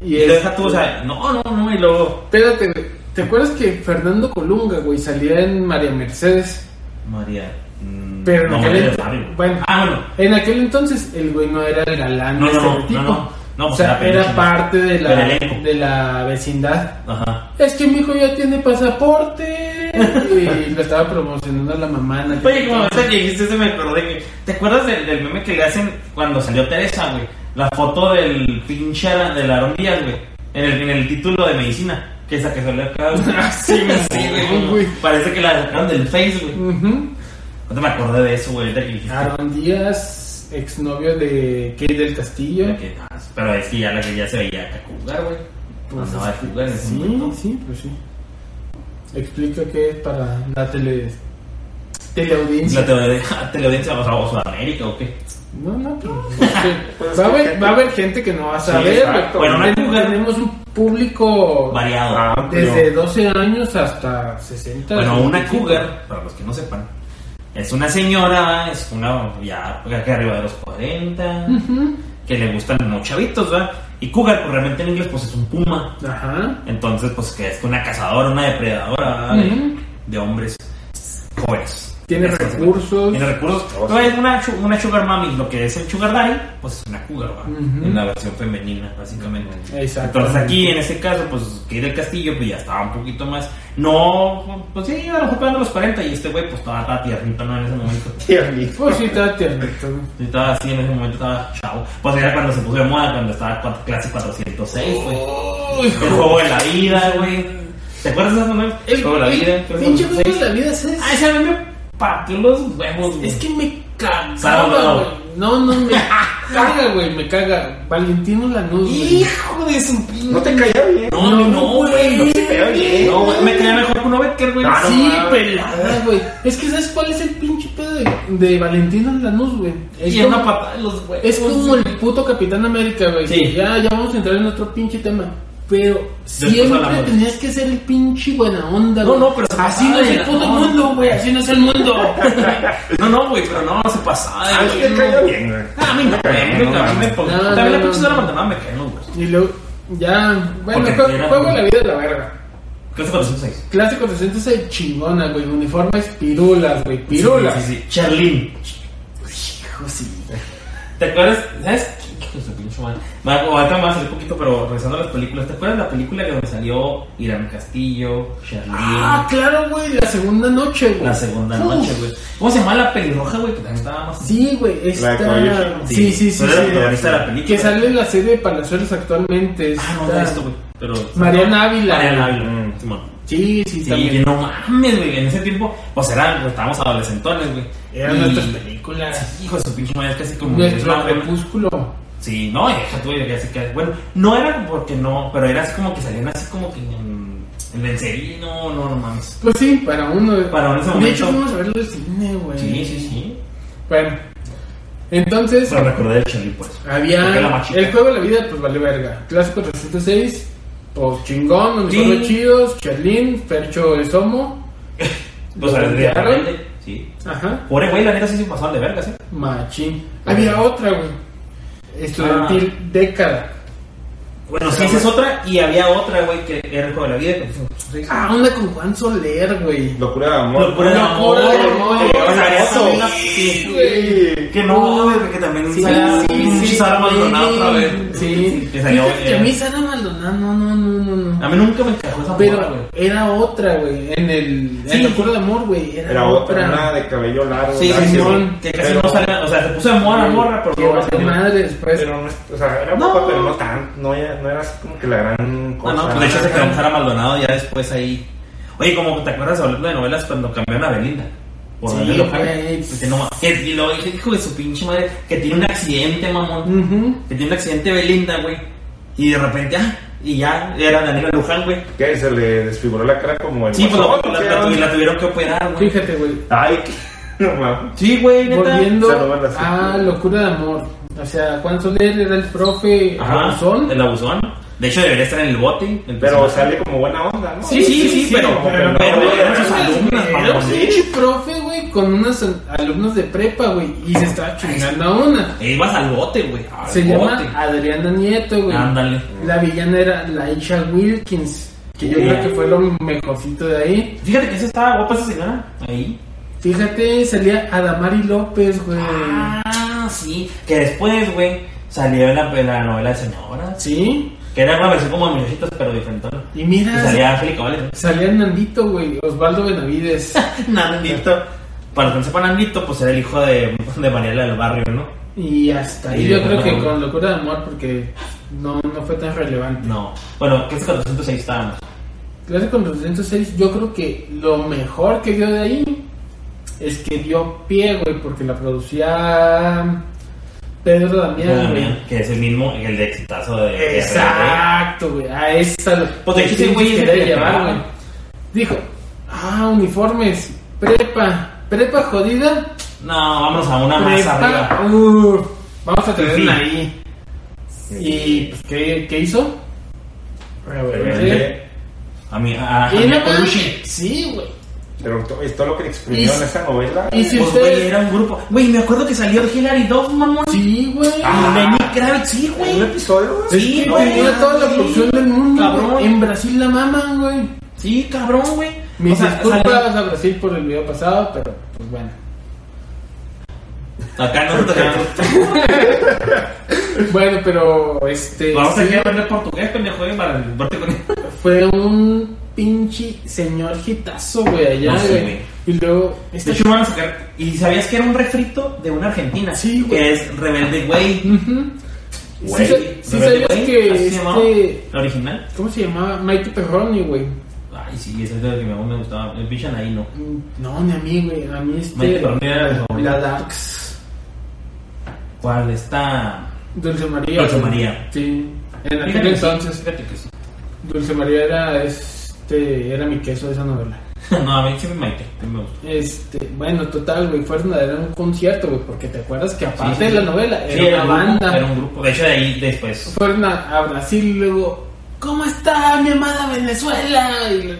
Y Y es- deja tú, o sea, no, no, no, y luego. Espérate, güey, ¿te acuerdas que Fernando Colunga, güey, salía en María Mercedes? María. mm, Pero en no, aquel María ent- del Barrio. bueno. Ah, bueno. En aquel entonces el güey no era el galán No, de no, no, estereotipo. no, no. No, o pues sea, era era pendejo. parte de la, Era elenco. de la vecindad. Ajá. Es que mi hijo ya tiene pasaporte. Y lo estaba promocionando a la mamá. en aquel Oye, como entonces. ahorita que dijiste, se me acordé que. ¿Te acuerdas del, del meme que le hacen cuando salió Teresa, güey? La foto del pinche Ara- de la Díaz, güey. En el, en el título de medicina. Que esa que salió acá. güey. Sí, me Sí, güey, acuerdo, como- güey. Parece que la sacaron del Face, güey. Ujú. No te me acordé de eso, güey. ahorita que dijiste. Aaron Díaz, exnovio de Kate del Castillo. Ya que- ah, Pero es que ya la que ya se veía acá jugar, güey. Pues, Andaba de jugar en ese Sí, momento. sí, pues sí. Explica que es para la tele. Teleaudiencia. La tele- teleaudiencia o sea, o Sudamérica o qué. No, no, pero. es que Pues es va, a que haber, gente- va a haber gente que no va a Sí, saber. güey. exacto. Bueno, no hay Tenemos- lugar. tenemos un público Variado. Ah, amplio. desde 12 años hasta 60. Bueno, una 65. cougar, para los que no sepan, es una señora, es una ya acá arriba de los 40, que le gustan los chavitos, ¿verdad? Y cougar, pues realmente en inglés, pues es un puma. Ajá. Entonces, pues que es una cazadora, una depredadora ¿verdad? de, Ujú. de hombres jóvenes. Tiene Eso, recursos. Tiene recursos. Oh, No sí. es una, chu- una sugar mommy, lo que es el sugar daddy, pues es una cougar, ¿va? Ujú. En la versión femenina, básicamente. Exacto. Entonces aquí, en este caso, pues que del Castillo, pues ya estaba un poquito más. No, pues sí, a lo mejor pegando los 40 y este güey, pues estaba, estaba tiernito, ¿no? En ese momento. Tiernito. Pues sí, está tiernito. ¿no? Sí, estaba así, en ese momento estaba chavo. Pues era cuando se puso de moda, cuando estaba cua- clase 406, güey. el juego de la vida, güey. ¿Te acuerdas de eso, no? El juego de la vida. Eh, Pinche juego de 406. la vida, ¿sabes? Ay, se me partió los huevos, güey. Es que me Sábado. cagaba, güey. No, no, me caga, güey, me caga. Valentino Lanús, güey. Hijo de su pinche. No te caía bien. No, no, no, güey. No, te caía Eh, bien. no, güey. Me creía mejor que un Becker, güey. Ah, no, Sí, mames. pelada, güey. Es que ¿sabes cuál es el pinche pedo de, de Valentino Lanús, güey? Es Y es una como- patada de los huevos. Es como el puto Capitán América, güey. Sí. Ya, ya vamos a entrar en otro pinche tema. Pero siempre hablamos. tenías que ser el pinche buena onda, No, güey. no, pero se así no es sabe, el puto no. mundo, güey. Así no es el mundo. No, no, güey, pero no, se pasaba. Ah, A mí güey. me caía bien, güey. Ah, A mí no, güey, a No, mí me mames. pongo. No, También no, la no, pinche de la no. mantenada me caen los huevos. y luego, ya. Bueno, Porque jue- era- juego la vida de la verga. Clase 406. Clásico 306 chingona, güey. Uniformes pirulas, güey. Pirulas. Sí, sí, sí. Charlene. Hijo, sí. ¿Te acuerdas? ¿Sabes qué? Hijo de su pinche madre. Me hago- Ahorita me voy a salir un poquito, pero regresando a las películas. ¿Te acuerdas la película que donde salió Irán Castillo, Charlene? Ah, claro, güey. La segunda noche, güey. la segunda Uf. noche, güey. ¿Cómo se llama la pelirroja, güey? Que también estaba más. Sí, güey. La de Caballero Esta... Chico. Sí, sí, sí. Pero era la sí. protagonista de la película. Que sale en la serie de Palazuelos actualmente. Ah, no, esta- no, esto, güey. Pero. Mariana Ávila. Mariana Ávila, Mm. Simón. Sí, sí, Sí, también. que no mames, güey. En ese tiempo, pues eran, estábamos adolescentones, güey. Eran Y- nuestras películas. Hijo de su pinche madre, es casi como. Nuestro es la- crepúsculo. Sí, no, deja tú, ya sé que. Bueno, no era porque no, pero era así como que salían así como que en, en lencería, no, no, no mames. Pues sí, para uno. Para uno en ese de momento. hecho, fuimos a verlo al cine, güey. Sí, sí, sí. Bueno. Entonces. Pero recordé el Charlie, pues. Porque era Había más chica. el juego de la vida, pues vale verga. Clásico 306, pues chingón, unos Sí. chidos, Charlín, Fercho el Somo. Pues ¿Lo era de golpearon? rebelde, sí. Ajá, Pobre güey, la neta sí se pasaron de vergas, ¿eh? machín. Había otra, güey. Estudiantil década. Bueno, sí, esa es otra, y había otra, güey, que era el juego de la vida. que fue- Ah, onda con Juan Soler, güey. Locura de amor. Locura de amor, Locura de amor. güey. O sea, había Sí, una- sí. güey. Que no, güey, que también Sí, salió sí, sí. Sara Maldonado otra vez. Sí. Que salió, Fíjate que eh, a mí Sara Maldonado, no, no, no, no, no. A mí nunca me encajó esa Pero morra, güey. era otra, güey. En el. Sí. En Locura de Amor, güey. Era, Era otra, una de cabello largo. Sí, gracias, Simón. güey. Que casi Pero- no salía, o sea, se puso de moda la morra, pero Que no valió salió. madre después. Pero no, o sea, era No. guapa, pero no tan, no, era- no era así como que la gran No, cosa. no, pues de hecho se quedó en Sara Maldonado ya después ahí. Oye, como te acuerdas hablando de novelas cuando cambiaron a Belinda. Por Sí, Belinda güey. Luján. Que no ma- que- Y luego dije, hijo de su pinche madre, que tiene un accidente, mamón. Ujú. Que tiene un accidente Belinda, güey. Y de repente, ah, y ya era Daniela Luján, güey. Que se le desfiguró la cara como el Sí, pues guasón, la, ¿qué la- onda? la tuvieron que operar, güey. Fíjate, güey. Ay, qué... no mames. Sí, güey, neta. Se lo van a Volviendo hacer. a Locura de Amor. O sea, Juan Soler era el profe Ajá, Alonso. el abusón. De hecho, debería estar en el bote. el Pero personaje. sale como buena onda, ¿no? Sí, sí, sí, pero, pero, pero pero no, eran no, sus no, alumnas, Era un mamón. pinche profe, güey, con unos alumnos de prepa, güey. Y se estaba chingando a una. E ibas al bote, güey. al Se bote. llama Adriana Nieto, güey. Ándale. La villana era Laisha Wilkins. Que yo Sí. creo que fue lo mejorcito de ahí. Fíjate que esa estaba guapa esa señora. Ahí. Fíjate, salía Adamari López, güey. Ah, sí. Que después, güey, salió en la, en la novela de señoras. ¿Sí? Que era una versión como de muchachitos, pero diferente. Y mira, Y salía Angélica Vale. salía Nandito, güey. Osvaldo Benavides. Nandito. Para los que no sepan, Nandito, pues era el hijo de, de Mariela del Barrio, ¿no? Y hasta ahí Y yo de creo amor, que güey. con locura de amor porque no, no fue tan relevante. No. Bueno, que es 406 estábamos. Clase con 206 yo creo que lo mejor que dio de ahí es que dio pie, güey, porque la producía Pedro Damián, güey. Que es el mismo, el de exitazo de. de- Exacto, güey. A esa Pues de hecho ese güey es el quería que llevar, llevaba. güey. Dijo, ah, uniformes, prepa, prepa jodida, No, vámonos a una Ah, más arriba. prepa, uh, vamos a Sí. tenerla ahí. ¿Y pues, ¿qué, qué hizo? Obviamente, ¿eh? A mí, a, a Y Javier no mames, Colucci. Sí, güey. Pero to- es todo lo que exprimió Y- en esa novela. y si- Pues, ustedes- güey, era un grupo. Güey, me acuerdo que salió Hillary Duff, mamón. Sí, güey. Ah, Lenny Kravitz, sí, Un güey. episodio, güey. Sí, Es que güey. tenía toda la Sí. producción del mundo. Cabrón. güey. En Brasil la maman, güey. Sí, cabrón, güey. Mis O sea, disculpas a Brasil por el video pasado, pero pues bueno. Acá nosotros Bueno, pero este. vamos a sí, quedar en portugués, pendejo, eh, para verte con él. Fue un pinche señor hitazo, güey, allá, No sé, güey. güey. y luego. De Este hecho, van a sacar. ¿Y sabías que era un refrito de una argentina? Sí, güey. Que es Rebelde Güey. Ujú. Güey, Sí, sa- sí Rebelde sabías Güey, que así se llamaba. este- ¿La original? ¿Cómo se llamaba? Mighty Perroni, güey. Ay, sí, esa es la que más me gustaba. El pinche ahí, ¿no? Mm, No, ni a mí, güey. A mí este. Maite Perroni era de mi favorita. La Dax. ¿Cuál está? Dulce María. Dulce güey. María. Sí. En aquel Fíjate que sí, entonces, fíjate que sí. Dulce María era este. Era mi queso de esa novela. No, a mí sí me Maite, a mí me gusta. Este, bueno, total, güey, fueron a dar un concierto, güey, porque te acuerdas que aparte Sí, sí, de la sí. novela, Sí, era una un grupo, banda. Era un grupo. De hecho, de ahí después. Fueron a, a Brasil y luego, ¿cómo está mi amada Venezuela? Y le-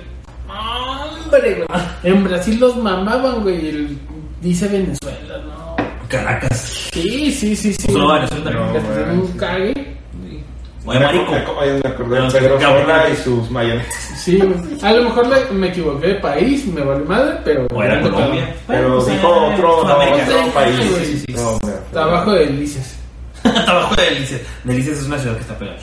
hombre, güey. Ah, En Brasil los mamaban, güey, y el- dice Venezuela, ¿no? Caracas. Sí, sí, sí, sí. Solo Venezuela, Le no, pusieron güey. un cague. Oye, Me marico. acu- me acu- me acordé de Los Pedro cabrones. Sola y sus mayonesas. Sí, güey. A lo mejor le- me equivoqué de país, me vale madre, pero. O era Colombia. Pero Bueno, pues, dijo eh, otro, Sudamérica. no, otro país. Sí, sí, sí. No, hombre. Trabajo de delicias. Trabajo de Delicias. Delicias es una ciudad que está pegada.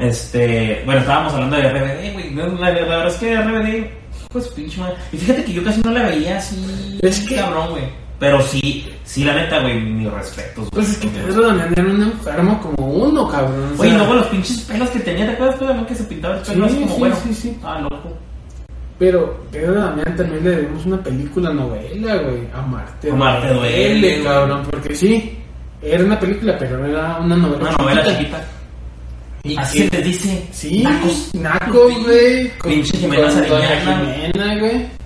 Este, bueno, estábamos hablando de RBD, Eh, güey. No, La, la verdad es que RBD, pues pinche madre. Y fíjate que yo casi no la veía así. Es que- Cabrón, güey. Pero sí, sí, la neta, güey, mis respetos, güey. Pues es que Pedro Damián era un enfermo como uno, cabrón. o Oye, sea, luego los pinches pelos que tenía, ¿te acuerdas, Pedro? ¿No? Que se pintaba el pelo Sí, así como sí, bueno. sí, sí. Ah, loco. Pero Pedro Damián también le debemos una película novela, güey. Amarte. Amarte duele, güey. cabrón. Porque sí, era una película, pero era una novela. Una novela chiquita. Y Así se que- les dice. Sí, pues, tacos. Nacos, güey. con- Pinche Jimena con doña Sariñana. Jimena, güey.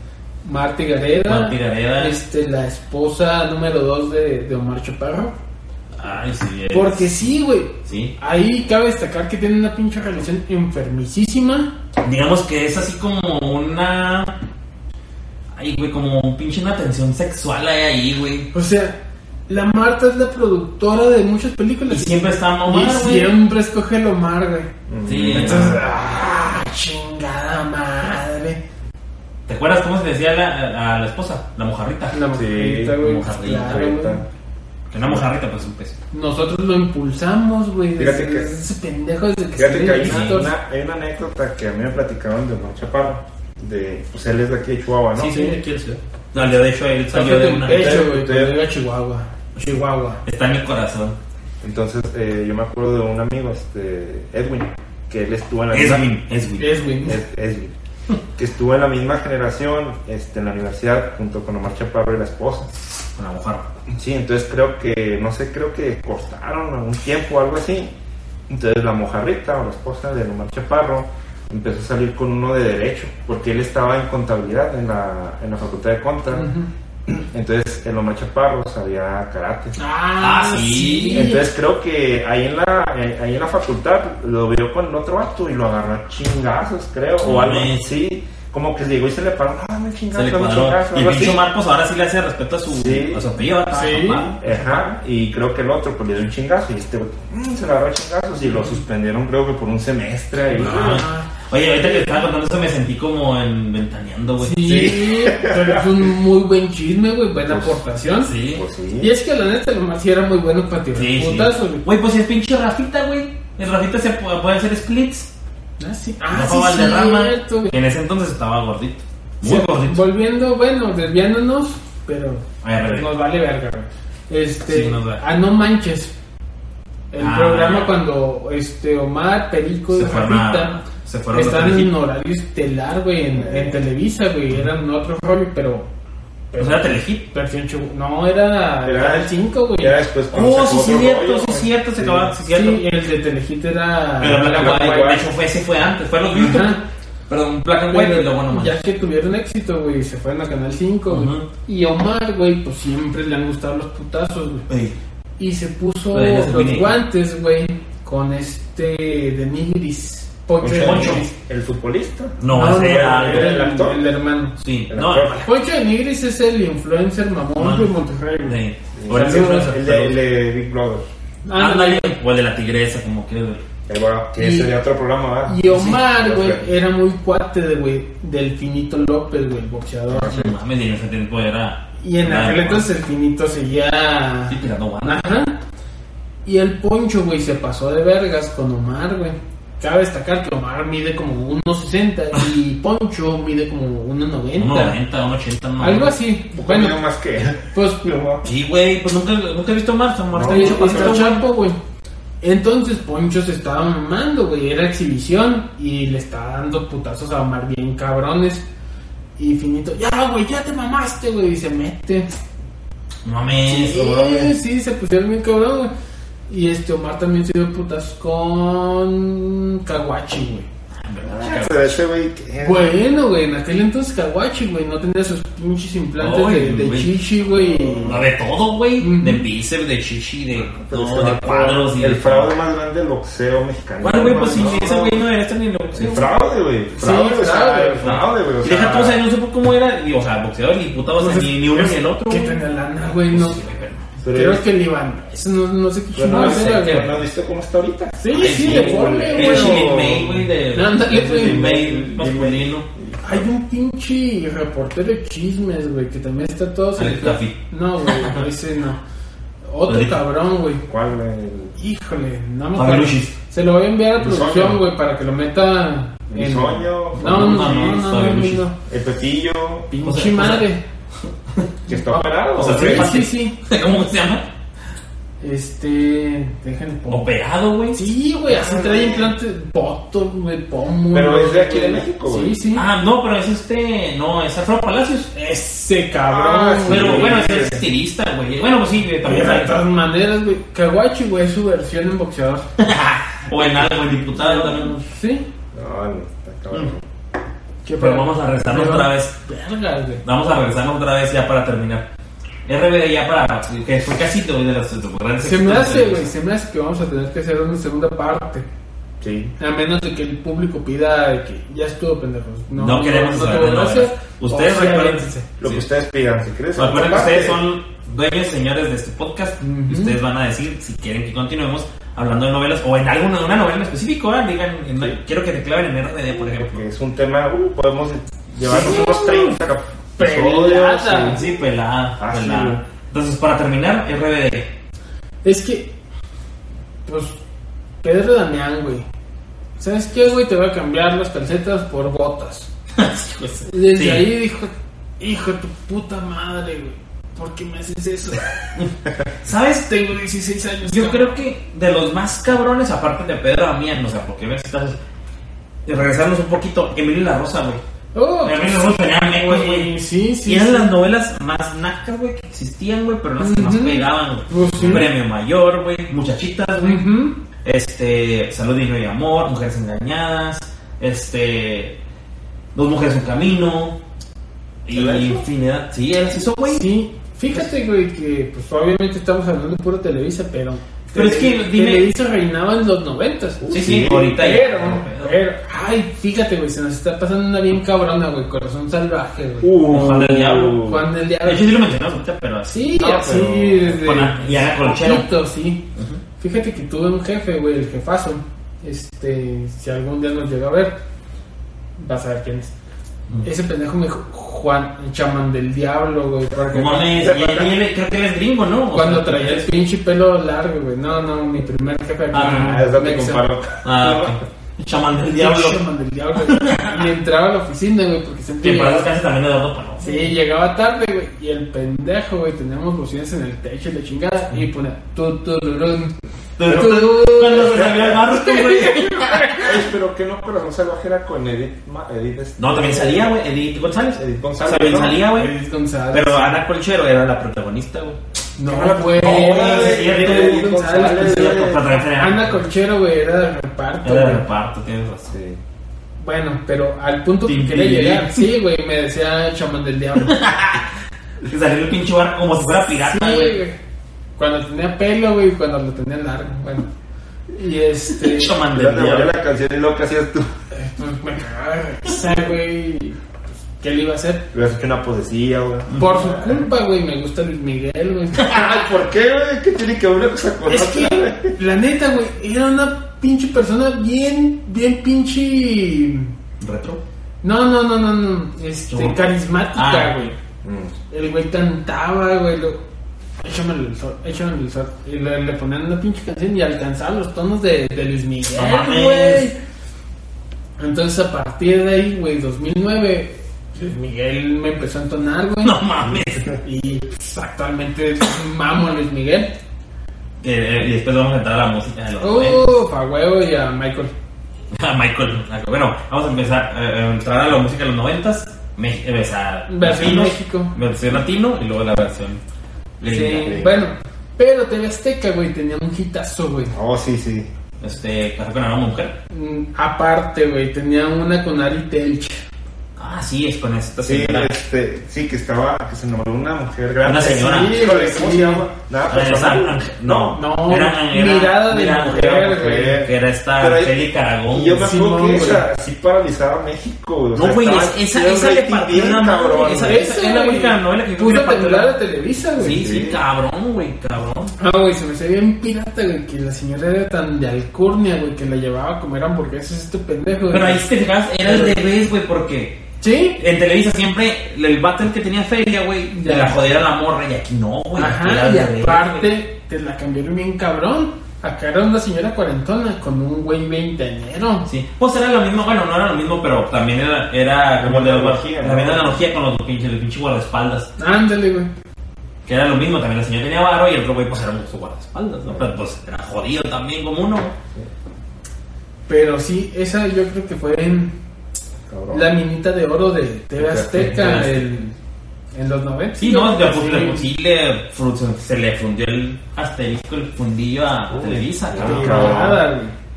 Marta Gareda. Marta Gareda. Este, la esposa número dos de, de Omar Chaparro. Ay, sí. eh. Porque sí, güey. Sí. Ahí cabe destacar que tienen una pinche relación enfermicísima. Digamos que es así como una. Ay, güey, como un pinche una tensión sexual hay ahí, güey. O sea, la Marta es la productora de muchas Y películas. siempre está Y mamá, güey. siempre escoge lo mar, güey. Sí, Entonces, entonces. ah, chingada madre. ¿Te acuerdas cómo se decía a la, a la esposa? La mojarrita. La mojarrita, güey. pues, la mojarrita, Claro, Ahorita. güey. Que una mojarrita, pues un pez. Nosotros lo impulsamos, güey. Fíjate desde que- Ese pendejo desde que Fíjate que estuvo en hay Natos. una, hay una anécdota que a mí me platicaron de Omar Chaparro. De, pues él es de aquí de Chihuahua, ¿no? Sí, sí, aquí el ciudad. Salió, de hecho, él salió de Sácate un una. pecho, güey. Ustedes- Cuando iba a Chihuahua. Chihuahua. Está en mi corazón. Entonces eh, yo me acuerdo de un amigo, este, Edwin, que él estuvo en la misma- Eswin, Eswin. Es, güey. Ed- Edwin, que estuvo en la misma generación, este, en la universidad, junto con Omar Chaparro y la esposa. Con la mojarra. Sí, entonces creo que, no sé, creo que cortaron algún tiempo o algo así. Entonces la mojarrita o la esposa de Omar Chaparro empezó a salir con uno de derecho, porque él estaba en contabilidad en la, en la facultad de conta. Entonces el Omar Chaparro sabía karate. Ah, Ah, sí. Entonces creo que ahí en la eh, ahí en la facultad lo vio con el otro vato y lo agarró a chingazos, creo, No o algo mames. así. Como que llegó y se le paró, ah, me Se chingazo, le dame cuadró. chingazo, Y algo el bicho así. Marcos ahora sí le hace respeto a su, Sí. a su apellido. a Sí. papá. Ajá, y creo que el otro pues le dio un chingazo y este güey, mm, se le agarró a chingazos y lo suspendieron creo que por un semestre. ahí. Ah. Oye, ahorita que estaba contando eso me sentí como en ventaneando, güey. Sí, pero es un muy buen chisme, güey, buena Pues, aportación. Sí. Pues Y sí. es que la neta, lo más sí era muy bueno para tirar Sí, sí. putazos, güey. Güey, pues si es pinche Rafita, güey. El Rafita se puede, puede hacer splits. Ah, sí, Rafa ah, sí, Valderrama. cierto, güey. En ese entonces estaba gordito. Muy Sí, gordito. Volviendo, bueno, desviándonos, pero A ver, pues, René. nos vale verga. güey. Este, Sí, nos vale. a no manches. El Ah. programa cuando este Omar, Perico Se y fueron Rafita a- se fueron a están otro en equipo. horario estelar, güey, en, Eh. en Televisa, güey, eran otro rollo, pero Pues era telehit. versión chu- no era, Era- era el 5, güey. Ya después cuando Oh, sacó sí, otro cierto, rollo, sí, güey. cierto. Se Sí. acababa, sí, cierto. Sí, el de Telehit era Pero Black and Black and White, de White. hecho, fue, ese fue antes. Fue lo mismo. Ajá. Perdón, Black and White y Pero luego nomás. ya que tuvieron éxito, güey, se fueron a Canal 5, güey. Ajá. Y Omar, güey, pues siempre le han gustado los putazos, güey. Ey. Y se puso Pero ya se los viene. guantes, güey, con este de Nigris. Poncho de Poncho. Nigris. El futbolista. pues, No, Ah, ese era. era el, el actor. el hermano. Sí, El no, actor. Poncho de Nigris es el influencer mamón de Monterrey, güey. Sí. Sí. O el Sí, influencer, El pero- de, el de Big Brother. Ah, Ándale, o el de la tigresa, como quieras ver. Ahí va, que Y- ese sería otro programa, ¿verdad? Y Omar, Sí, güey, eh, ok. era muy cuate de, güey, del Finito López, güey, el boxeador. No mames, y en ese tiempo era. Y en era- aquel entonces el Finito seguía... Sí, tirando guanas. Ajá. Y el Poncho, güey, se pasó de vergas con Omar, güey. Cabe destacar que Omar mide como 1.60 y Poncho mide como 1.90. 1.90, 1.80, no. Algo así. Un poquito Bueno, más que. pues No, Sí, güey, pues nunca, nunca he visto a Marta. Marta No, ya Ahí se está pasó, güey. Chapo, güey. Entonces Poncho se estaba mamando, güey. Era exhibición y le estaba dando putazos a Omar bien cabrones. Y finito, ya, güey, ya te mamaste, güey. Y se mete. No mames, Sí, bro, güey. sí, se pusieron bien cabrón, güey. Y este Omar también se dio putazos con Kawachi, güey. En verdad, Ah, cabrón. pero ese güey que- Bueno, güey, en aquel entonces Kawachi, güey, no tenía sus pinches implantes Ay, de, de güey. chichi, güey. No, de todo, güey. Mm. De bíceps, de chichi, de, Pero no, es que de cuadros. y El de- fraude más grande del boxeo mexicano. Bueno, güey, pues sí, No, ese güey no era este ni lo El fraude, güey. Fraude, o sea, fraude. el fraude, güey. o Y sea, deja todo, o sea, no supo cómo era, y, o sea, boxeador y puta, o sea, Entonces, ni, ni uno ni el otro. Que güey. tenía lana, güey, no. Sí, güey, pero- pero- Creo que el Iván, eso no, no sé qué pero no, chingado sé, era, pero güey. no has visto cómo está ahorita. Sí, Ay, sí, de güey. porle, Era Chile güey. May, güey, de. Ándale, güey. Chile May masculino. Hay un pinche reportero de chismes, güey, que también está todo. Alex Duffy. No, güey, ese no. Otro Alex. cabrón, güey. ¿Cuál, güey? Híjole, no me Fabio acuerdo. Luchis. Se lo voy a enviar a Bisoño. producción, güey, para que lo meta en. Bisoño, No, no, no, Fabio no, Luchis, no, Fabio no, Luchis. no. El Petillo, Pinche O sea, o sea, madre. que está operado. O sea, güey. sí, sí, sí. ¿Cómo se llama? Este. Déjenme pongo. Operado, güey. Sí, güey, así Ah. trae implantes. Poto, güey, pomo. Pero es de aquí de güey. México, Sí, güey. sí. Ah, no, pero es este. No, es Alfredo Palacios. Ese cabrón, Ah, sí. güey. Pero bueno, es estilista, güey. Bueno, pues sí, güey, Oye, también. de todas maneras, güey. Kawachi, güey, es su versión en boxeador. O en algo, en diputado también. ¿Sí? No, no, está cabrón. Pero vamos a regresarnos Pero- otra vez. Vergas, güey. Vamos a regresarnos otra vez ya para terminar. RBD ya para. Que fue casi todo de las de los grandes Se me éxitos de hace, la güey, se me hace que vamos a tener que hacer una segunda parte. Sí. A menos de que el público pida de que ya estuvo, pendejos. No, queremos no, saber te voy a novelas. hacer. Ustedes O sea, recuérdense. Lo Sí. que ustedes pidan, si crees. Recuerden que ustedes son dueños, señores de este podcast. Ujú. Y ustedes van a decir si quieren que continuemos hablando de novelas o en alguna una novela en específico. ¿verdad? Digan, en- Sí. quiero que te claven en RBD, eh, por ejemplo. Porque es un tema, uh, podemos llevarnos unos 30 cap- Pelada. episodios. Pues sí. Sí, pues pelada, Ah, sí, pelada. güey. Entonces, para terminar, RBD. Es que, pues, Pedro Damián, güey. ¿Sabes qué, güey? Te voy a cambiar las calcetas por botas. Desde Sí. ahí dijo, hijo de tu puta madre, güey. ¿Por qué me haces eso? ¿Sabes? Tengo 16 años. Pues Yo cabrón. creo que de los más cabrones, aparte de Pedro Damián, o sea, porque ves, estás. y Regresarnos un poquito, Emilio y La Rosa, güey. Oh, Emilio y La Rosa tenía mecos, güey. güey, sí, sí. y eran sí. las novelas más nacas, güey, que existían, güey, pero las que más Ujú. pegaban, güey. Pues sí. Premio Mayor, güey, Muchachitas, güey. Ujú. Este, Salud, Dinero y Amor, Mujeres Engañadas, este, Dos Mujeres Un Camino, y ¿Era eso? Infinidad. Sí, él las hizo, güey. Sí, fíjate, güey, que pues obviamente estamos hablando de puro Televisa, pero. Pero es que, Tele- dime- Televisa reinaba en los noventas. Sí, sí, Sí, ahorita ya. Pero, No, pero- pero, ay, fíjate, güey, se nos está pasando una bien cabrona, güey, corazón salvaje, güey. Uh, Ojalá el diablo. Juan del De Diablo. hecho, sí lo mencionamos ahorita, pero así. Sí, No, así, pero- desde. Con la- y Ana Colchero. poquito, sí. Fíjate que tuve un jefe, güey, el jefazo. Este, si algún día nos llega a ver, vas a ver quién es. Ese pendejo me dijo, Juan, el chamán del diablo, güey. para que- No mames, y él- y él- creo que él es gringo, ¿no? O Cuando sea, traía el pinche pelo largo, güey. No, no, mi primer jefe. Ah, Ah, es donde Mexa. comparo. Ah, ok. chamán del diablo. Pinche man del diablo, güey. Y entraba a la oficina, güey, porque siempre Que para llegaba, descanso también de Eduardo Palomo. sí, llegaba tarde, güey. Y el pendejo, güey, teníamos bocinas en el techo y la chingada. Y ponía tu, tu, turun, Pero- tu, Cuando se salió el barco, güey. Ay, pero que no, pero no salvaje era con Edith. Ma- Edith este- No, también salía, güey. Edith González. Edith González, También ¿no? salía, güey. Luis González. Pero Ana Colchero era la protagonista, güey. no, güey. No, Luis es cierto, Luis González. Sí, la protagonista Ana Colchero, güey, era de reparto, Era de güey. reparto, tienes razón. Sí. Bueno, pero al punto que Tim quería Billy. llegar. Sí, güey, me decía chamán del diablo. Que salió el pinche barco como si fuera pirata, Sí, güey. güey. Cuando tenía pelo, güey, cuando lo tenía largo, bueno. Y este. eh, Chamán Yo del le volé diablo. la canción y lo que hacías tú. pues me cagaba de risa, güey. Pues, ¿Qué le iba a hacer? Le has hecho una poesía, güey. Por su culpa, güey, me gusta Luis Miguel, güey. Ay, ¿por qué, güey? ¿Qué tiene que ver una cosa con Es otra, güey? que, la neta, güey, era una pinche persona bien, bien pinche. ¿Retro? No, no, no, no, no. Este, ¿Cómo? carismática, Ah. güey. Mm. El güey cantaba, güey. Lo... Échamelo el sol, échamelo el sol. Y le, le ponían una pinche canción y alcanzaba los tonos de, de Luis Miguel, No mames. güey. Entonces, a partir de ahí, güey, 2009, Luis Miguel me empezó a entonar, güey. No mames. Y pues, actualmente mamo a Luis Miguel. Eh, eh, y después vamos a entrar a la música de los noventas. Uf, a huevo y a Michael. A Michael. a- Bueno, vamos a empezar eh, a entrar a la música de los noventas. Me, eh, o sea, Versión latino, México. Versión latino y luego la versión gringa. Sí, bueno. Pero TV Azteca, güey, tenía un hitazo, güey. Oh, sí, sí. Este, Café con aroma mujer. Mm, Aparte, güey, tenía una con Ari Telch. Ah, sí, es con esta Sí, señora. este, sí, que estaba, que se nombró una mujer grande. Una señora. Sí, híjole, ¿cómo Sí. se llama? Nada, Ah, esa- personal. no, No, Era- era- mirada de mirada de mujer, mujer. güey. Que era esta Pero ahí- Angélica Aragón. Y yo me acuerdo Simón, que güey. esa sí paralizaba a México. o sea, No, güey, estaba es- esa, haciendo esa le rating partió bien una madre. cabrón, Esa, güey. esa es la güey, única novela que yo Puso creo a que le partió temblar la- a Televisa, güey. Sí, sí, Sí. cabrón, güey, cabrón. Ah, güey, se me hacía bien pirata, güey, que la señora era tan de alcurnia, güey, que la llevaba a comer hamburguesas este pendejo, güey. Pero ahí si te fijas, era el revés, güey, porque ¿Sí? en Televisa siempre el battle que tenía feria, güey, Ya. de la jodera la morra, y aquí no, güey. aquí era Ajá, al y revés, güey. aparte te la cambiaron bien cabrón. Acá era una señora cuarentona con un güey veinteañero. Sí, pues era lo mismo, bueno, no era lo mismo, pero también era, era como Como de analogía, ¿no? también era analogía con los pinches, el pinche guardaespaldas, Ándale, güey. que era lo mismo, también la señora tenía varo y el otro güey pues era un su guardaespaldas, ¿no? Pero pues era jodido también como uno. güey. Pero sí, esa yo creo que fue en Cabrón. la minita de oro de TV Azteca Sí, en, en los 90. Sí, no, de Sí. sí. sí le fru- se le fundió el asterisco, el fundillo a Uy, Televisa, sí, cabrón. cabrón. Nada,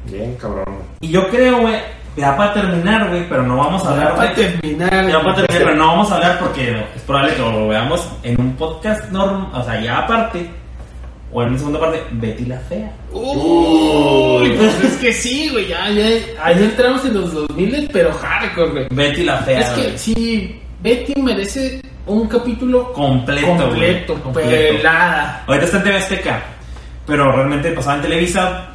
güey. Bien cabrón. Y yo creo, güey, ya para terminar, güey, pero no vamos a hablar. Para de- terminar. Ya para terminar, pero no vamos a hablar porque es probable que lo veamos en un podcast normal, o sea, ya aparte, o en una segunda parte, Betty la Fea. Uy, pues es que sí, güey. Ya, ya, ahí entramos en los 2000, pero hardcore, güey. Betty la Fea, Es que güey. sí, Betty merece un capítulo completo, güey. completo, pues, Completo. pelada. Ahorita está en TV Azteca, pero realmente pasaba en Televisa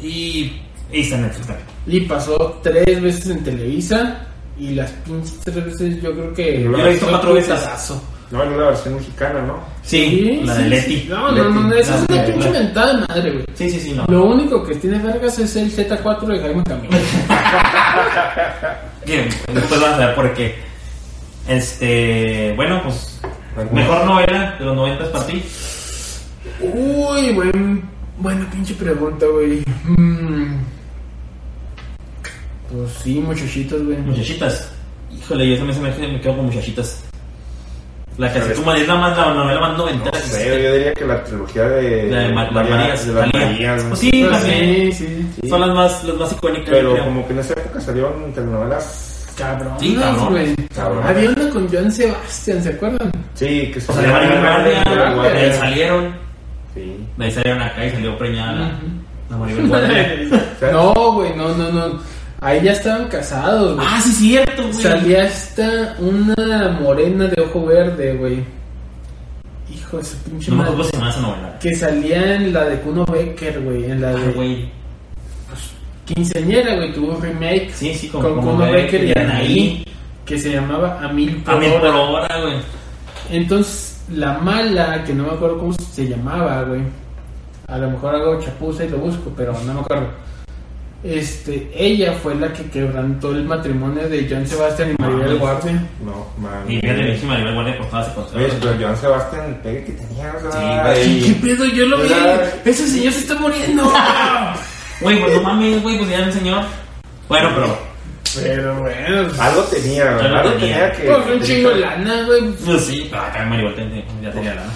y, y está en Netflix también. Y pasó tres veces en Televisa. Y las pinches tres veces, yo creo que. Yo la he visto fue cuatro veces. putazo. No, era la versión mexicana, ¿no? Sí, la de sí, Leti. sí. No, no, no, no, Leti. esa es una La- pinche la- mentada de madre, güey. Sí, sí, sí, no. Lo único que tiene vergas es el Z4 de Jaime Camilo. Bien, después vas a ver por qué. Este, bueno, pues ¿Alguna? mejor novela de los 90 para ti. Uy, buen, buena pinche pregunta, güey. Mm. Pues sí, muchachitos, güey. Muchachitas. Híjole, yo también se me, hace- me quedo con muchachitas. La que se toma es la más la novela más noventera. No que sé, existe. yo diría que la trilogía de. la de Mar- las María- Marías, de las Talía. Marías, ¿no? Pues sí, Pues sí, también. sí. Son las más, las más icónicas. yo Pero creo. como que en esa época salieron telenovelas. Cabronas, Sí, cabrón. güey. Cabrón. Había una con John Sebastian, ¿se acuerdan? Sí, que O sea, de María Guardia, María Guardia. de ahí salieron, Sí. de ahí salieron acá y salió preñada la- la Maribel Guardia. no, güey, no, no, no. Ahí ya estaban casados, güey. Ah, sí, cierto, güey. Salía esta una morena de ojo verde, güey. Hijo de su pinche No me madre. acuerdo cómo se llama esa novela. Que salía en la de Kuno Becker, güey. En la Ah, de güey. Quinceañera, güey. Tuvo un remake Sí, sí, con, con, como Kuno de- Becker y de Anaí. Que se llamaba A Mil por A mí por Hora. hora, güey. Entonces, la mala, que no me acuerdo cómo se llamaba, güey. A lo mejor hago chapuza y lo busco, pero no me acuerdo. Este, ella fue la que quebrantó el matrimonio de John Sebastian y María Ah, del Guardia. No, man. Y fíjate, dije Maribel Guardia pues estaba secuestrada. Oye, pero Joan Sebastián, el pegue que tenía, o sea, Sí, güey. ahí- ¿Qué pedo? Yo lo vi. ¿Verdad? Ese señor se está muriendo. Güey, pues no mames, güey, pues ya era el señor. Bueno, pero. pero bueno. Algo tenía, Algo algo tenía. tenía que. Pues un chingo de lana, güey. Pues sí, pero acá en Maribel tenía- ya tenía lana.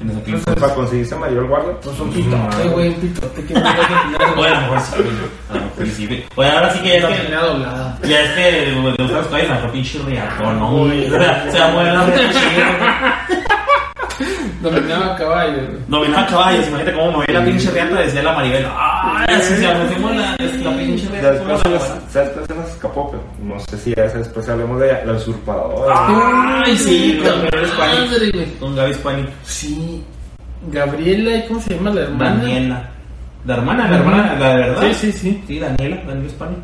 En ese tiempo. Para conseguirse mayor guardia. Pues un pitote, güey. Un pitote que me va Oye, a a lo mejor sí, güey. A lo mejor sí, güey. Oye, ahora sí que ya es terminar. que. doblada. Ya es que de los otros calles a pinche riatón, ¿no? Güey. O sea, Se va a mover la pinche. Dominaba caballo, güey. Dominaba caballos, imagínate cómo movía la pinche riata, decía la Maribel. ¡Ah! Así se la metimos la, es que la pinche Ya riata. después se nos, ya después se nos escapó, pero no sé si ya después hablemos de ella, la Ah, usurpadora. ¡Ay, sí! Puta Con Gaby madre, Spani. güey. Con Gaby Spani. Sí, Gabriela, ¿y cómo se llama la hermana? Daniela. La hermana, la hermana, la de verdad. Sí, sí, sí. Sí, Daniela, Daniela Hispanic.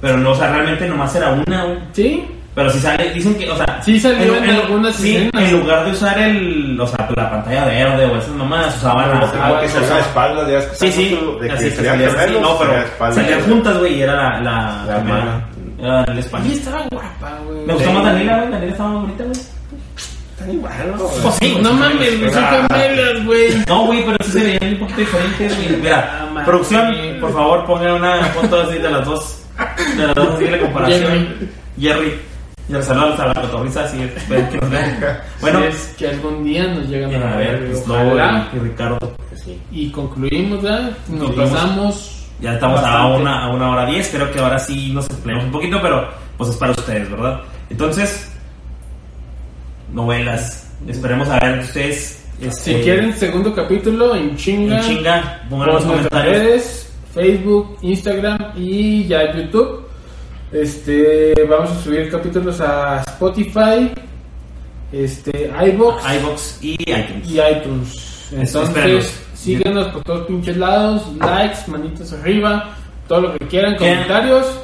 Pero no, o sea, realmente nomás era una, güey. Sí, Pero si sale, dicen que, o sea, Sí salió en algunas sí, escenas. en lugar de usar el, o sea, la pantalla verde o esas mamadas, usaban la, Como que o sea, salía de espaldas, ya es que ah, Sí, sí, mucho de que así que salían salían así, gemelos, no, pero salía de espaldas. salían juntas, güey, y era la, la, La hermana. Era el español. y estaba guapa, güey. Me gustó más Daniela, güey, Daniela estaba más bonita, güey. Están igual, ¿no? Pues sí, güey. No mames, güey, son gemelas, güey. No, güey, pero sí se veían un poquito diferentes, güey. Mira, Ah, madre. producción, por favor, pongan una foto así de las dos. De las dos así la comparación. Jerry. Ya saludos a la cotorriza, así es. espero que nos vean. Bueno, Si es que algún día nos llegan mira, a a ver, ver, pues ojalá. Lobo y Ricardo. Y concluimos, ¿verdad? Nos Concluimos. pasamos. Ya estamos a bastante. una, a una hora diez, creo que ahora sí nos empleamos un poquito, pero pues es para ustedes, ¿verdad? Entonces, novelas. Esperemos a ver ustedes. Si este, quieren segundo capítulo, en chinga. En chinga, Por pongan en los nuestras comentarios. redes, Facebook, Instagram y ya YouTube. Este, vamos a subir capítulos a Spotify, este, iBox Ah, iBox y iTunes. Este, y iTunes. espéranos. Entonces, síguenos por todos pinches lados, likes, manitas arriba, todo lo que quieran, Bien. comentarios.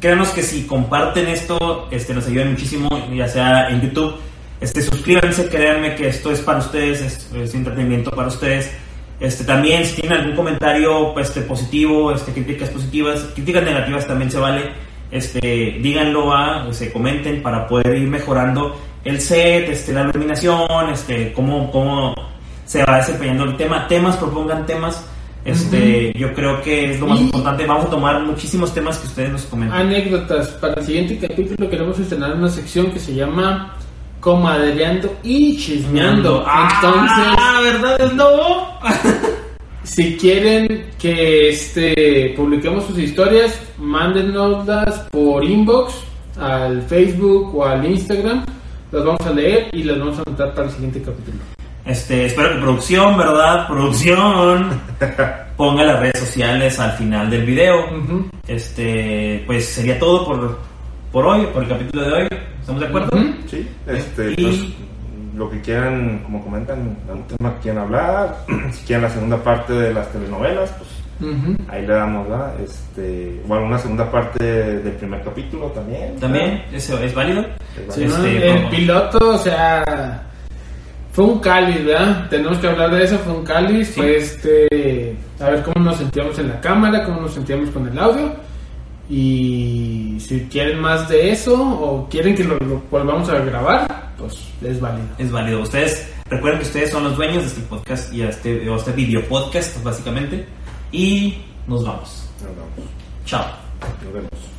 Créanos que si comparten esto, este, nos ayudan muchísimo, ya sea en YouTube. Este, suscríbanse, créanme que esto es para ustedes, es, es entretenimiento para ustedes. Este, también, si tienen algún comentario pues, este, positivo, este, críticas positivas, críticas negativas también se vale. Este, díganlo a, se comenten para poder ir mejorando el set, este, la iluminación, este, cómo, cómo se va desempeñando el tema. Temas, propongan temas. Este, Yo creo que es lo más Y- importante. Vamos a tomar muchísimos temas que ustedes nos comentan. Anécdotas. Para el siguiente capítulo queremos estrenar una sección que se llama Comadreando y Chismeando. Entonces, Ah, ¿verdad? Es lobo. Si quieren que este publiquemos sus historias, mándenoslas por inbox al Facebook o al Instagram. Las vamos a leer y las vamos a anotar para el siguiente capítulo. Este, espero que producción, ¿verdad? Producción. Ponga las redes sociales al final del video. Ujú. Este, pues sería todo por, por hoy, por el capítulo de hoy. ¿Estamos de acuerdo? Ujú. Sí, este, Y- pues, lo que quieran, como comentan, algún tema que quieran hablar, si quieren la segunda parte de las telenovelas, pues Ujú. ahí le damos, ¿verdad? Este, o alguna segunda parte del primer capítulo también. Pues, También, eso es válido. ¿verdad? Sí, ¿no? Este, El vamos. piloto, o sea, fue un cáliz, ¿verdad? Tenemos que hablar de eso, fue un cáliz. Sí. Fue este, a ver cómo nos sentíamos en la cámara, cómo nos sentíamos con el audio. Y si quieren más de eso o quieren que lo, lo volvamos a grabar, pues es válido. Es válido. Ustedes, recuerden que ustedes son los dueños de este podcast y a este, o este video podcast, básicamente. Y nos vamos. Nos vamos, Chao. nos vemos.